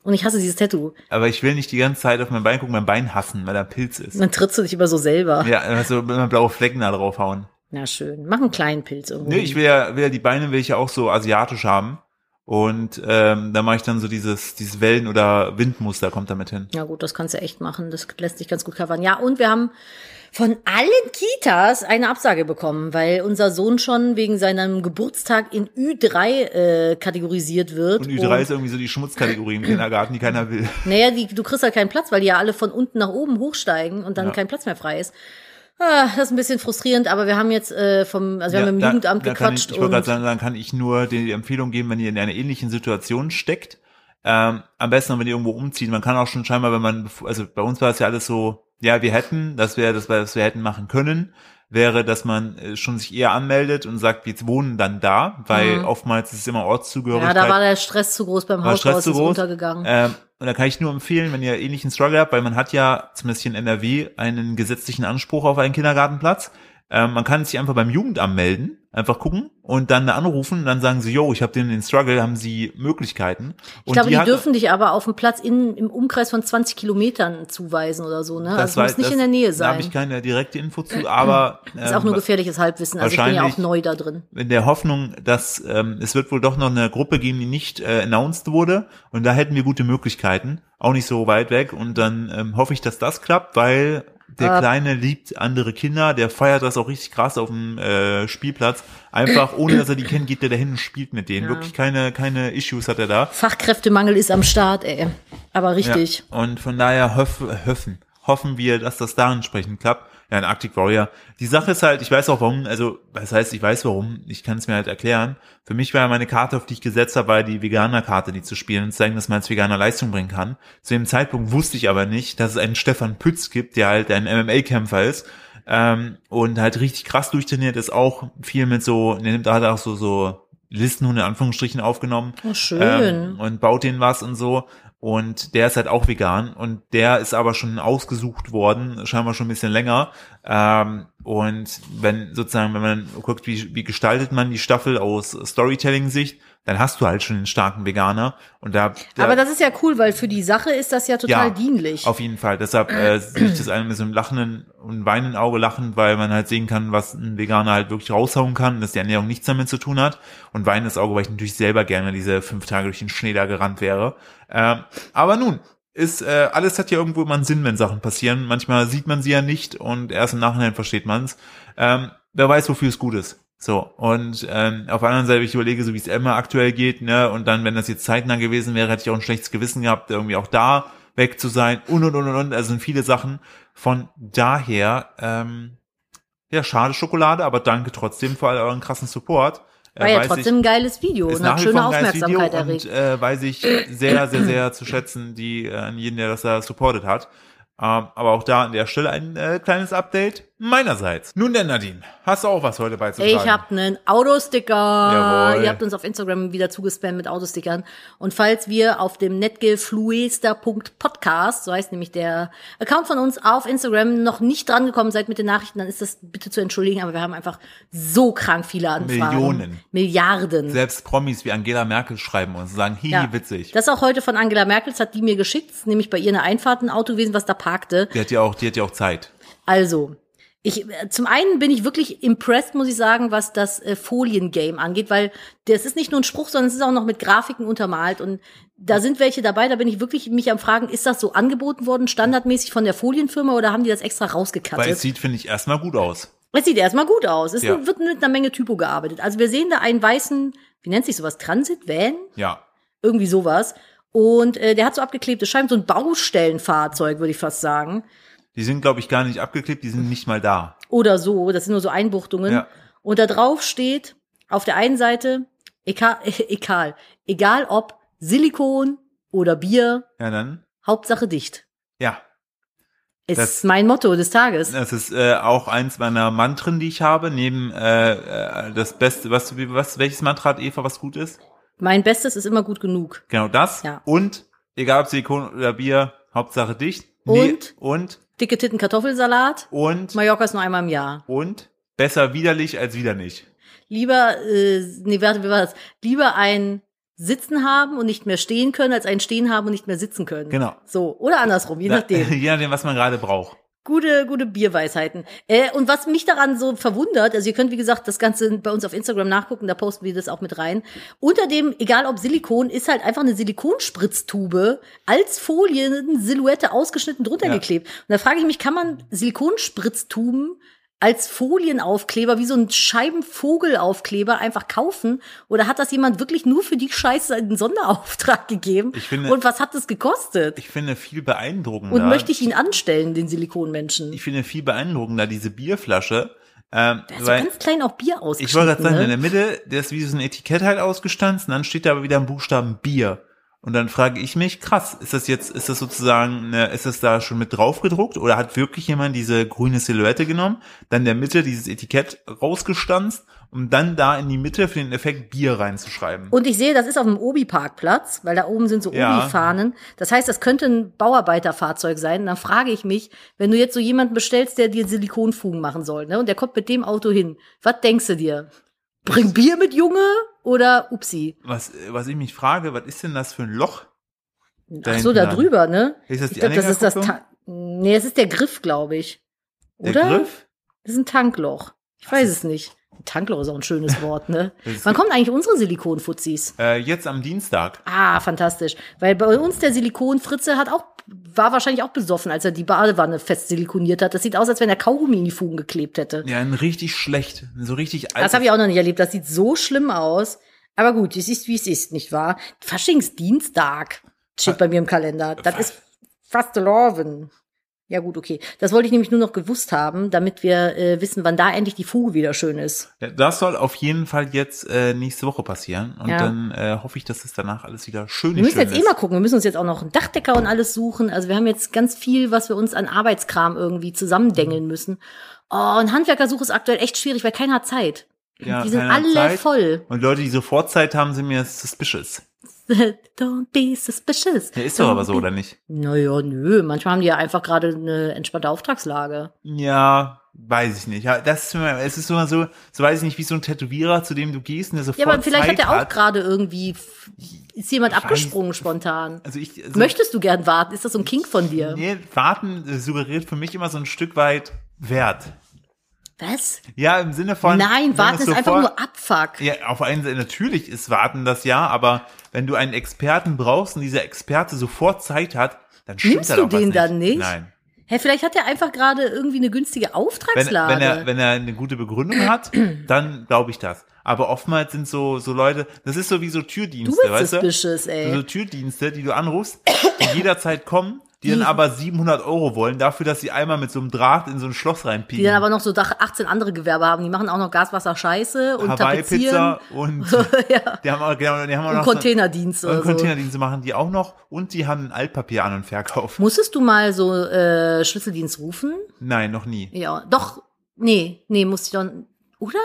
S2: Und ich hasse dieses Tattoo.
S1: Aber ich will nicht die ganze Zeit auf mein Bein gucken, mein Bein hassen, weil da ein Pilz ist.
S2: Dann trittst du dich immer so selber.
S1: Ja, also immer blaue Flecken da draufhauen.
S2: Na schön. Mach einen kleinen Pilz irgendwo.
S1: Nee, ich will ja, will ja die Beine will ich ja auch so asiatisch haben. Und ähm, da mache ich dann so dieses, dieses Wellen- oder Windmuster kommt damit hin.
S2: Na gut, das kannst du echt machen. Das lässt sich ganz gut covern. Ja, und wir haben von allen Kitas eine Absage bekommen, weil unser Sohn schon wegen seinem Geburtstag in Ü3 äh, kategorisiert wird.
S1: Und Ü3 ist irgendwie so die Schmutzkategorie im Kindergarten, die keiner will.
S2: naja, die, du kriegst halt keinen Platz, weil die ja alle von unten nach oben hochsteigen und dann
S1: Ja.
S2: kein Platz mehr frei ist. Ah, das ist ein bisschen frustrierend, aber wir haben jetzt äh, vom, also wir haben
S1: Ja,
S2: im
S1: da-
S2: Jugendamt
S1: da kann
S2: gequatscht
S1: Ich, ich wollte
S2: und
S1: gerade sagen, dann kann ich nur die die Empfehlung geben, wenn ihr in einer ähnlichen Situation steckt, ähm, am besten, wenn ihr irgendwo umzieht. Man kann auch schon scheinbar, wenn man, bevor- also bei uns war es ja alles so, ja, wir hätten, das wäre das, was wir hätten machen können, wäre, dass man äh, schon sich eher anmeldet und sagt, wir wohnen dann da, weil oftmals ist es immer
S2: Mhm. ja,
S1: Ortszugehörigkeit.
S2: da war der Stress zu groß beim
S1: war
S2: Haus,
S1: Stress zu groß.
S2: untergegangen.
S1: Ähm, und da kann ich nur empfehlen, wenn ihr ähnlichen Struggle habt, weil man hat ja, zumindest hier in NRW, einen gesetzlichen Anspruch auf einen Kindergartenplatz. Ähm, man kann sich einfach beim Jugendamt melden, einfach gucken und dann da anrufen und dann sagen sie, yo, ich habe den, den Struggle, haben sie Möglichkeiten.
S2: Ich
S1: und
S2: glaube, die,
S1: hat-
S2: dürfen dich aber auf einen Platz in, im Umkreis von 20 Kilometern zuweisen oder so, ne?
S1: das
S2: also es muss
S1: war-
S2: nicht
S1: das-
S2: in der Nähe
S1: Da
S2: sein.
S1: habe ich keine direkte Info zu, aber
S2: ist auch nur
S1: ähm,
S2: gefährliches Halbwissen. Also ich bin ja auch
S1: wahrscheinlich-
S2: neu da drin.
S1: in der Hoffnung, dass ähm, es wird wohl doch noch eine Gruppe geben, die nicht äh, announced wurde. Und da hätten wir gute Möglichkeiten, auch nicht so weit weg. Und dann ähm, hoffe ich, dass das klappt, weil der
S2: Ah.
S1: Kleine liebt andere Kinder, der feiert das auch richtig krass auf dem äh, Spielplatz. Einfach, ohne dass er die kennt, geht er dahin und spielt mit denen.
S2: Ja.
S1: Wirklich keine, keine Issues hat er da.
S2: Fachkräftemangel ist am Start, ey. Aber
S1: Ja.
S2: richtig.
S1: Und von daher hoff, hoffen, hoffen wir, dass das da entsprechend klappt. Nein, Arctic Warrior. Die Sache ist halt, ich weiß auch warum, also das heißt, ich weiß warum, ich kann es mir halt erklären. Für mich war ja meine Karte, auf die ich gesetzt habe, war die Veganer-Karte, die zu spielen und zeigen, dass man als Veganer Leistung bringen kann. Zu dem Zeitpunkt wusste ich aber nicht, dass es einen Stefan Pütz gibt, der halt ein MMA-Kämpfer ist ähm, und halt richtig krass durchtrainiert ist, auch viel mit so, der nimmt hat auch so, so Listenhunde in Anführungsstrichen aufgenommen.
S2: Oh, schön.
S1: Ähm, und baut denen was und so. Und der ist halt auch vegan und der ist aber schon ausgesucht worden, scheinbar schon ein bisschen länger. Ähm, und wenn sozusagen, wenn man guckt, wie, wie gestaltet man die Staffel aus Storytelling-Sicht, dann hast du halt schon den starken Veganer. Und da, da
S2: Aber das ist ja cool, weil für die Sache ist das ja total dienlich.
S1: auf jeden Fall. Deshalb äh, sehe ich das einem mit so einem lachenden und weinenden Auge lachen, weil man halt sehen kann, was ein Veganer halt wirklich raushauen kann, dass die Ernährung nichts damit zu tun hat. Und weinendes Auge, weil ich natürlich selber gerne diese fünf Tage durch den Schnee da gerannt wäre. Ähm, aber nun, ist, äh, alles hat ja irgendwo immer einen Sinn, wenn Sachen passieren. Manchmal sieht man sie ja nicht und erst im Nachhinein versteht man's. Ähm, wer weiß, wofür es gut ist. So, und ähm, auf der anderen Seite, wenn ich überlege, so wie es Emma aktuell geht, ne, und dann, wenn das jetzt zeitnah gewesen wäre, hätte ich auch ein schlechtes Gewissen gehabt, irgendwie auch da weg zu sein und und und und und. Also sind viele Sachen. Von daher, ähm, ja, schade Schokolade, aber danke trotzdem für all euren krassen Support. Äh,
S2: War ja
S1: weiß ich-
S2: trotzdem ein geiles Video
S1: ist
S2: und
S1: nach
S2: hat
S1: wie vor
S2: schöne
S1: ein geiles Video
S2: Aufmerksamkeit
S1: und
S2: erregt.
S1: äh, weiß ich sehr, sehr, sehr zu schätzen, die äh, an jeden, der das da supportet hat. Ähm, aber auch da an der Stelle ein äh, kleines Update meinerseits. Nun denn, Nadine, hast du auch was heute beizutragen?
S2: Ich habe einen Autosticker.
S1: Jawohl.
S2: Ihr habt uns auf Instagram wieder zugespammt mit Autostickern. Und falls wir auf dem netgefluester.podcast, so heißt nämlich der Account von uns auf Instagram, noch nicht drangekommen seid mit den Nachrichten, dann ist das bitte zu entschuldigen, aber wir haben einfach so krank viele Anfragen.
S1: Millionen.
S2: Milliarden.
S1: Selbst Promis wie Angela Merkel schreiben uns und sagen, hihi, witzig.
S2: Das ist auch heute von Angela Merkel, das hat die mir geschickt, ist nämlich bei ihr eine Einfahrt ein Auto gewesen, was da parkte.
S1: Die hat ja auch, die hat ja auch Zeit.
S2: Also, ich, zum einen bin ich wirklich impressed, muss ich sagen, was das äh, Foliengame angeht, weil das ist nicht nur ein Spruch, sondern es ist auch noch mit Grafiken untermalt und da sind welche dabei, da bin ich wirklich mich am Fragen, ist das so angeboten worden, standardmäßig von der Folienfirma oder haben die das extra
S1: Weil
S2: rausgekattet?
S1: es sieht, finde ich, erstmal gut aus.
S2: Es sieht erstmal gut aus. Es
S1: Ja.
S2: wird mit einer Menge Typo gearbeitet. Also wir sehen da einen weißen, wie nennt sich sowas, Transit, Van?
S1: Ja.
S2: irgendwie sowas. Und äh, der hat so abgeklebte Scheiben, so ein Baustellenfahrzeug, würde ich fast sagen.
S1: Die sind, glaube ich, gar nicht abgeklebt, die sind nicht mal da.
S2: Oder so, das sind nur so Einbuchtungen.
S1: Ja.
S2: Und da drauf steht auf der einen Seite, egal, egal, egal ob Silikon oder Bier,
S1: Ja, dann.
S2: Hauptsache dicht.
S1: Ja.
S2: Ist
S1: Das-
S2: mein Motto des Tages.
S1: Das ist äh, auch eins meiner Mantren, die ich habe, neben äh, äh, das Beste, was, wie- was welches Mantra hat Eva, was gut ist?
S2: Mein Bestes ist immer gut genug.
S1: Genau das.
S2: Ja.
S1: Und egal ob Silikon oder Bier, Hauptsache dicht. Nee,
S2: Und?
S1: und
S2: Dicke Titten Kartoffelsalat.
S1: und
S2: Mallorca ist nur einmal im Jahr.
S1: und besser widerlich als wieder nicht.
S2: Lieber, äh, nee, warte, wie war das? Lieber ein Sitzen haben und nicht mehr stehen können, als ein Stehen haben und nicht mehr sitzen können.
S1: Genau.
S2: So, oder andersrum, je nachdem.
S1: Je nachdem, was man gerade braucht.
S2: Gute, gute Bierweisheiten. Äh, und was mich daran so verwundert, also ihr könnt, wie gesagt, das Ganze bei uns auf Instagram nachgucken, da posten wir das auch mit rein. Unter dem, egal ob Silikon, ist halt einfach eine Silikonspritztube als Folien-Silhouette ausgeschnitten drunter
S1: Ja.
S2: geklebt. Und da frage ich mich, kann man Silikonspritztuben als Folienaufkleber, wie so ein Scheibenvogelaufkleber einfach kaufen? Oder hat das jemand wirklich nur für die Scheiße einen Sonderauftrag gegeben?
S1: Ich finde-
S2: und was hat das gekostet?
S1: Ich finde viel beeindruckender.
S2: Und möchte ich ihn anstellen, den Silikonmenschen?
S1: ich finde viel beeindruckender diese Bierflasche, ähm,
S2: Da ist so
S1: weil
S2: Also ganz klein auch Bier
S1: Ich
S2: ausgeschnitten.
S1: wollte gerade sagen, in
S2: ne?
S1: der Mitte, der ist wie so ein Etikett halt ausgestanzt und dann steht da aber wieder ein Buchstaben Bier. Und dann frage ich mich, krass, ist das jetzt, ist das sozusagen, eine, ist das da schon mit drauf gedruckt oder hat wirklich jemand diese grüne Silhouette genommen, dann in der Mitte dieses Etikett rausgestanzt, um dann da in die Mitte für den Effekt Bier reinzuschreiben?
S2: Und ich sehe, das ist auf dem Obi-Parkplatz, weil da oben sind so
S1: Ja.
S2: Obi-Fahnen. Das heißt, das könnte ein Bauarbeiterfahrzeug sein. Und dann frage ich mich, wenn du jetzt so jemanden bestellst, der dir Silikonfugen machen soll, ne? Und der kommt mit dem Auto hin. Was denkst du dir? Bring Bier mit Junge oder Upsi?
S1: was, was ich mich frage, was ist denn das für ein Loch? Da
S2: Ach so,
S1: hinten
S2: da
S1: dran.
S2: drüber, ne?
S1: Ist das
S2: Ich
S1: die
S2: glaube, das ist das.
S1: Anhängerkupplung?
S2: Ta nee, das ist der Griff, glaube ich.
S1: Der
S2: Oder?
S1: Griff?
S2: Das ist ein Tankloch. Ich weiß es nicht. Ein Tankloch ist auch ein schönes Wort, ne?
S1: Das ist-
S2: Wann kommen eigentlich unsere Silikonfuzis?
S1: Äh, jetzt am Dienstag.
S2: Ah, fantastisch. Weil bei uns der Silikonfritze hat auch, war wahrscheinlich auch besoffen, als er die Badewanne fest silikoniert hat. Das sieht aus, als wenn er Kaugummi in die Fugen geklebt hätte.
S1: Ja, also ein richtig schlecht, ein so richtig alt.
S2: Das habe ich auch noch nicht erlebt. Das sieht so schlimm aus. Aber gut, es ist, wie es ist, nicht wahr? Faschingsdienstag steht bei mir im Kalender. Das ist fast Lorven. Ja gut, okay. Das wollte ich nämlich nur noch gewusst haben, damit wir äh, wissen, wann da endlich die Fuge wieder schön ist.
S1: Ja, Das soll auf jeden Fall jetzt äh, nächste Woche passieren. Und
S2: Ja.
S1: dann äh, hoffe ich, dass es danach alles wieder schön ist.
S2: Wir müssen
S1: Schön
S2: jetzt eh
S1: ist.
S2: mal gucken. Wir müssen uns jetzt auch noch einen Dachdecker und alles suchen. Also wir haben jetzt ganz viel, was wir uns an Arbeitskram irgendwie zusammendengeln müssen. Oh, und Handwerkersuche ist aktuell echt schwierig, weil keiner hat Zeit.
S1: Ja,
S2: die sind
S1: keiner hat
S2: alle
S1: Zeit.
S2: voll.
S1: Und Leute, die sofort Zeit haben, sind mir suspicious.
S2: Don't be suspicious.
S1: Ja, ist doch aber so, oder nicht?
S2: Naja, nö. Manchmal haben die ja einfach gerade eine entspannte Auftragslage.
S1: Ja, weiß ich nicht. Ja, das ist immer, es ist immer so, so weiß ich nicht, wie so ein Tätowierer, zu dem du gehst und der sofort
S2: Ja, aber vielleicht
S1: Zeit
S2: hat er auch gerade irgendwie, ist jemand
S1: Ich weiß-
S2: abgesprungen spontan.
S1: Also ich, also,
S2: Möchtest du gern warten? Ist das so ein King von dir?
S1: nee, warten äh, suggeriert für mich immer so ein Stück weit Wert.
S2: Was?
S1: Ja, im Sinne von. wenn
S2: Nein, warten
S1: es
S2: ist einfach
S1: sofort-
S2: nur Abfuck.
S1: Ja, auf einen Seite, natürlich ist Warten das ja, aber wenn du einen Experten brauchst und dieser Experte sofort Zeit hat, dann stimmt
S2: Nimmst
S1: da
S2: du
S1: doch was
S2: den dann nicht?
S1: Nein.
S2: Hä, vielleicht hat er einfach gerade irgendwie eine günstige
S1: Wenn,
S2: Auftragslage.
S1: wenn, er, wenn er eine gute Begründung hat, dann glaube ich das. Aber oftmals sind so, so Leute, das ist so wie so
S2: du
S1: Türdienste,
S2: bist
S1: weißt du? Also-
S2: suspicious, ey.
S1: So Türdienste, die du anrufst, die jederzeit kommen, die dann aber 700 Euro wollen, dafür, dass sie einmal mit so einem Draht in so ein Schloss
S2: die dann
S1: reinpieken.
S2: aber noch so dach- 18 andere Gewerbe haben. Die machen auch noch Gaswasser Scheiße und Tapezieren
S1: Hawaii-Pizza und die haben auch, genau, die haben auch
S2: und
S1: noch so-
S2: Containerdienst
S1: Und
S2: oder so.
S1: Äh, Containerdienste machen die auch noch und die haben Altpapier an und Verkauf.
S2: Musstest du mal so äh, Schlüsseldienst rufen?
S1: Nein, noch nie.
S2: Ja, doch. Nee, nee, musste ich doch. Oder?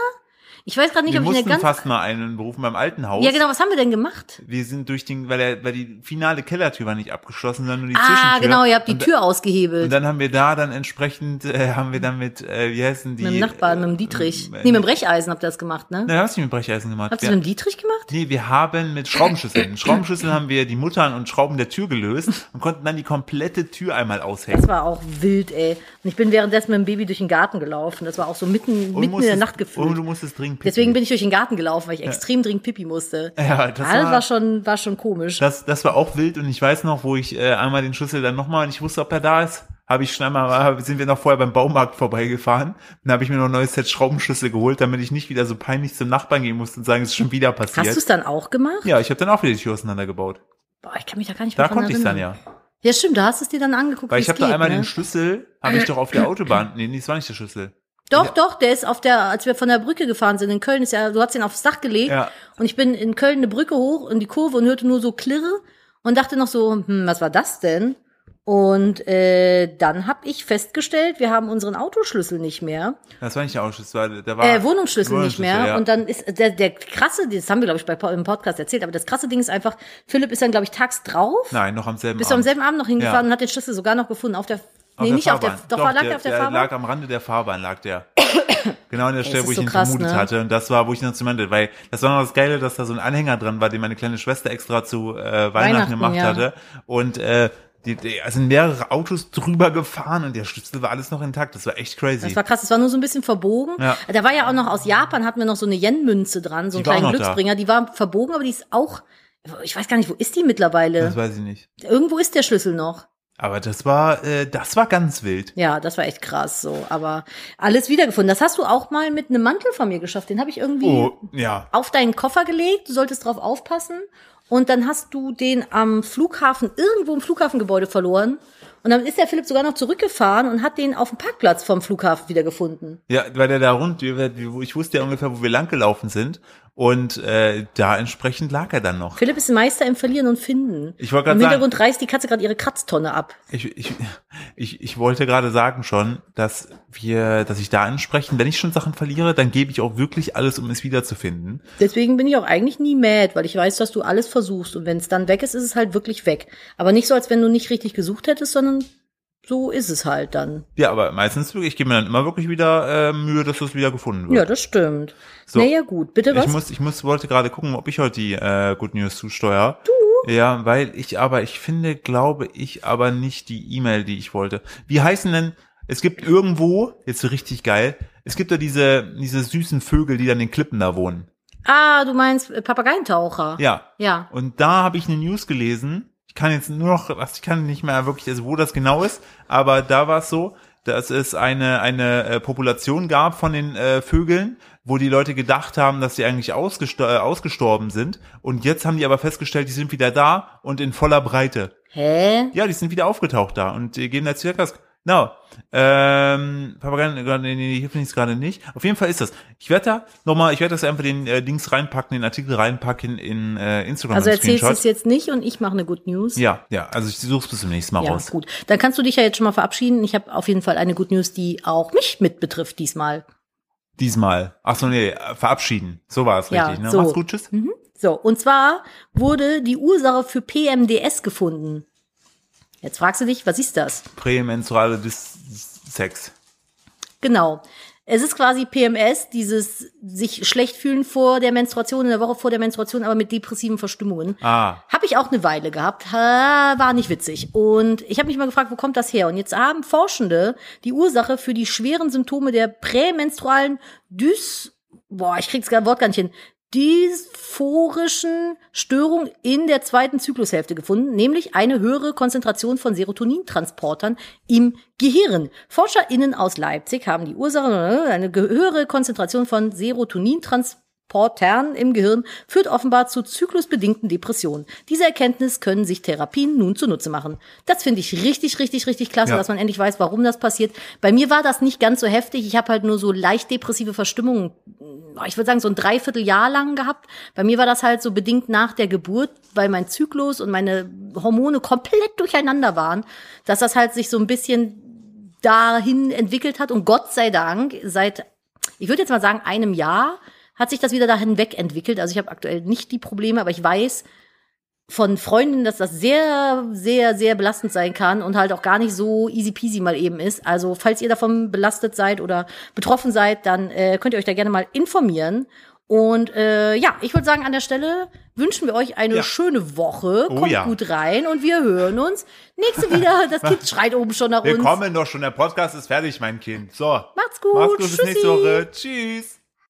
S2: Ich weiß gerade nicht,
S1: Wir
S2: ob ich eine
S1: mussten
S2: ganz.
S1: fast mal einen berufen beim alten Haus.
S2: ja, genau, was haben wir denn gemacht?
S1: Wir sind durch den, weil, er, weil die finale Kellertür war nicht abgeschlossen, sondern nur die
S2: Ah,
S1: Zwischentür.
S2: genau, ihr habt die
S1: und,
S2: Tür
S1: Und
S2: ausgehebelt.
S1: dann haben wir da dann entsprechend, äh, haben wir dann mit, äh, wie heißen die?
S2: mit dem Nachbarn, mit dem Dietrich. nee, mit dem Brecheisen habt ihr das gemacht, ne?
S1: Nein, wir haben es nicht mit Brecheisen gemacht.
S2: habt ihr
S1: wir,
S2: es mit dem Dietrich gemacht?
S1: Nee, wir haben mit Schraubenschlüsseln. Schraubenschlüsseln haben wir die Muttern und Schrauben der Tür gelöst und konnten dann die komplette Tür einmal aushängen.
S2: Das war auch wild, ey. Und ich bin währenddessen mit dem Baby durch den Garten gelaufen. Das war auch so
S1: Und
S2: mitten, mitten in der
S1: musstest- Und
S2: Nacht
S1: du
S2: gefühlt.
S1: musstest dringend pissen.
S2: Deswegen bin ich durch den Garten gelaufen, weil ich extrem dringend Pipi musste.
S1: Ja, Äh, das
S2: Alles
S1: war-
S2: war, schon, war schon komisch.
S1: Das, das war auch wild und ich weiß noch, wo ich äh, einmal den Schlüssel dann nochmal, ich wusste, ob er da ist, habe ich schnell mal, hab- sind wir noch vorher beim Baumarkt vorbeigefahren. Dann habe ich mir noch ein neues Set Schraubenschlüssel geholt, damit ich nicht wieder so peinlich zum Nachbarn gehen musste und sagen, es ist schon wieder
S2: Hast
S1: passiert.
S2: du es dann auch gemacht?
S1: ja, ich habe dann auch wieder die Tür auseinandergebaut.
S2: Boah, ich kann mich da gar nicht
S1: Da
S2: mehr dran
S1: konnte ich dann
S2: erinnern.
S1: ja.
S2: Ja, stimmt, da hast du es dir dann angeguckt,
S1: Weil
S2: wie
S1: ich
S2: es
S1: habe da
S2: geht,
S1: einmal
S2: ne?
S1: den Schlüssel, habe ich doch auf der Autobahn. Nee, nee, das war nicht der Schlüssel.
S2: Doch, doch, der ist auf der, als wir von der Brücke gefahren sind in Köln, ist ja, du hast ihn aufs Dach gelegt
S1: Ja.
S2: und ich bin in Köln eine Brücke hoch in die Kurve und hörte nur so Klirre und dachte noch so, hm, was war das denn? Und äh, dann habe ich festgestellt, wir haben unchren Autoschlüssel nicht mehr,
S1: Das war nicht der Autoschlüssel, da war
S2: äh, Wohnungsschlüssel nicht mehr.
S1: Ah, ja.
S2: Und dann ist der, der krasse, das haben wir glaube ich bei, im Podcast erzählt, aber das krasse Ding ist einfach, Philipp ist dann glaube ich tags drauf,
S1: Nein, noch am selben
S2: bist du am
S1: Abend.
S2: selben Abend noch hingefahren
S1: Ja.
S2: und hat den Schlüssel sogar noch gefunden auf der,
S1: Auf
S2: nee
S1: der
S2: nicht auf
S1: Fahrbahn.
S2: der, doch, war lag der, auf der, Fahrbahn.
S1: lag am Rande der Fahrbahn, lag der. genau an der Stelle,
S2: ist
S1: wo ich
S2: so
S1: ihn
S2: krass,
S1: vermutet
S2: ne?
S1: hatte. Und das war, wo ich ihn dazu meinte, weil das war noch das Geile, dass da so ein Anhänger dran war, den meine kleine Schwester extra zu äh, Weihnachten,
S2: Weihnachten,
S1: gemacht
S2: ja.
S1: hatte. Und äh, die, die, es sind mehrere Autos drüber gefahren und der Schlüssel war alles noch intakt. Das war echt crazy.
S2: Das war krass, das war nur so ein bisschen verbogen.
S1: Ja.
S2: Da war ja auch noch aus Japan, hatten wir noch so eine Yen-Münze dran, so einen
S1: Die war auch
S2: kleinen
S1: noch da.
S2: Glücksbringer. Die war verbogen, aber die ist auch, ich weiß gar nicht, wo ist die mittlerweile?
S1: das weiß ich nicht.
S2: Irgendwo ist der Schlüssel noch.
S1: Aber das war, äh, das war ganz wild.
S2: Ja, das war echt krass so. Aber alles wiedergefunden. Das hast du auch mal mit einem Mantel von mir geschafft. Den habe ich irgendwie
S1: Oh, ja.
S2: auf deinen Koffer gelegt. Du solltest drauf aufpassen. Und dann hast du den am Flughafen, irgendwo im Flughafengebäude verloren. Und dann ist der Philipp sogar noch zurückgefahren und hat den auf dem Parkplatz vom Flughafen wiedergefunden.
S1: Ja, weil der da rund, ich wusste ja ungefähr, wo wir lang gelaufen sind. Und äh, da entsprechend lag er dann noch.
S2: Philipp ist Meister im Verlieren und Finden.
S1: Ich wollte grad
S2: Im
S1: sagen-
S2: Hintergrund reißt die Katze gerade ihre Kratztonne ab.
S1: Ich, ich, ich, ich wollte gerade sagen schon, dass wir, dass ich da ansprechen, wenn ich schon Sachen verliere, dann gebe ich auch wirklich alles, um es wiederzufinden.
S2: Deswegen bin ich auch eigentlich nie mad, weil ich weiß, dass du alles versuchst. Und wenn es dann weg ist, ist es halt wirklich weg. Aber nicht so, als wenn du nicht richtig gesucht hättest, sondern so ist es halt dann.
S1: Ja, aber meistens wirklich, ich gebe mir dann immer wirklich wieder äh, Mühe, dass es wieder gefunden
S2: Ja,
S1: wird.
S2: das stimmt.
S1: So.
S2: Naja, gut. Bitte was?
S1: ich muss, ich muss, wollte gerade gucken, ob ich heute die äh, Good News zusteuere. Du? Ja, weil ich aber, ich finde, glaube ich, aber nicht die E-Mail, die ich wollte. Wie heißen denn, es gibt irgendwo, jetzt so richtig geil, es gibt da diese, diese süßen Vögel, die dann in Klippen da wohnen.
S2: ah, du meinst äh, Papageientaucher.
S1: Ja.
S2: Ja.
S1: Und da habe ich eine News gelesen. Ich kann jetzt nur noch, was ich kann nicht mehr wirklich, also wo das genau ist, aber da war es so, dass es eine eine äh, Population gab von den äh, Vögeln, wo die Leute gedacht haben, dass sie eigentlich ausgesto äh, ausgestorben sind. Und jetzt haben die aber festgestellt, die sind wieder da und in voller Breite.
S2: Hä?
S1: Ja, die sind wieder aufgetaucht da und die geben da Zirkas. Genau. Ähm, Papagei, nee, nee, nee, hier finde ich es gerade nicht. Auf jeden Fall ist das. Ich werde da nochmal, ich werde das einfach den äh, Dings reinpacken, den Artikel reinpacken in äh, Instagram.
S2: Also
S1: als
S2: erzählst du
S1: Screenshot.
S2: es jetzt nicht und ich mache eine Good News.
S1: Ja, ja, also ich suche es bis zum nächsten Mal
S2: Ja,
S1: raus.
S2: gut. Dann kannst du dich ja jetzt schon mal verabschieden. Ich habe auf jeden Fall eine Good News, die auch mich mit betrifft diesmal.
S1: Diesmal. Ach so, nee, äh, verabschieden. So war es
S2: Ja,
S1: richtig. Ne?
S2: so.
S1: Macht's gut, tschüss.
S2: Mhm. So, und zwar wurde die Ursache für PMDS gefunden. Jetzt fragst du dich, was ist das?
S1: Prämenstruale Dis Sex.
S2: Genau. Es ist quasi PMS, dieses sich schlecht fühlen vor der Menstruation, in der Woche vor der Menstruation, aber mit depressiven Verstimmungen.
S1: Ah.
S2: Habe ich auch eine Weile gehabt, ha, war nicht witzig. Und ich habe mich mal gefragt, wo kommt das her? Und jetzt haben Forschende die Ursache für die schweren Symptome der prämenstrualen Dys, boah, ich krieg's gar Wort gar nicht hin, dysphorischen Störung in der zweiten Zyklushälfte gefunden, nämlich eine höhere Konzentration von Serotonintransportern im Gehirn. ForscherInnen aus Leipzig haben die Ursache, äh, eine ge- höhere Konzentration von Serotonintransportern Portern im Gehirn führt offenbar zu zyklusbedingten Depressionen. Diese Erkenntnis können sich Therapien nun zunutze machen. Das finde ich richtig, richtig, richtig klasse,
S1: Ja.
S2: dass man endlich weiß, warum das passiert. Bei mir war das nicht ganz so heftig. Ich habe halt nur so leicht depressive Verstimmungen, ich würde sagen, so ein Dreivierteljahr lang gehabt. Bei mir war das halt so bedingt nach der Geburt, weil mein Zyklus und meine Hormone komplett durcheinander waren, dass das halt sich so ein bisschen dahin entwickelt hat. Und Gott sei Dank, seit, ich würde jetzt mal sagen, einem Jahr hat sich das wieder dahin wegentwickelt. Also ich habe aktuell nicht die Probleme, aber ich weiß von Freundinnen, dass das sehr, sehr, sehr belastend sein kann und halt auch gar nicht so easy peasy mal eben ist. Also falls ihr davon belastet seid oder betroffen seid, dann äh, könnt ihr euch da gerne mal informieren. Und äh, ja, ich würde sagen, an der Stelle wünschen wir euch eine
S1: Ja.
S2: schöne Woche.
S1: Oh
S2: Kommt
S1: ja.
S2: gut rein und wir hören uns. Nächste wieder, das Kind schreit oben schon nach
S1: Wir
S2: uns.
S1: kommen doch schon, der Podcast ist fertig, mein Kind. So.
S2: Macht's gut,
S1: Macht's gut, bis
S2: tschüssi.
S1: nächste Woche. Tschüss.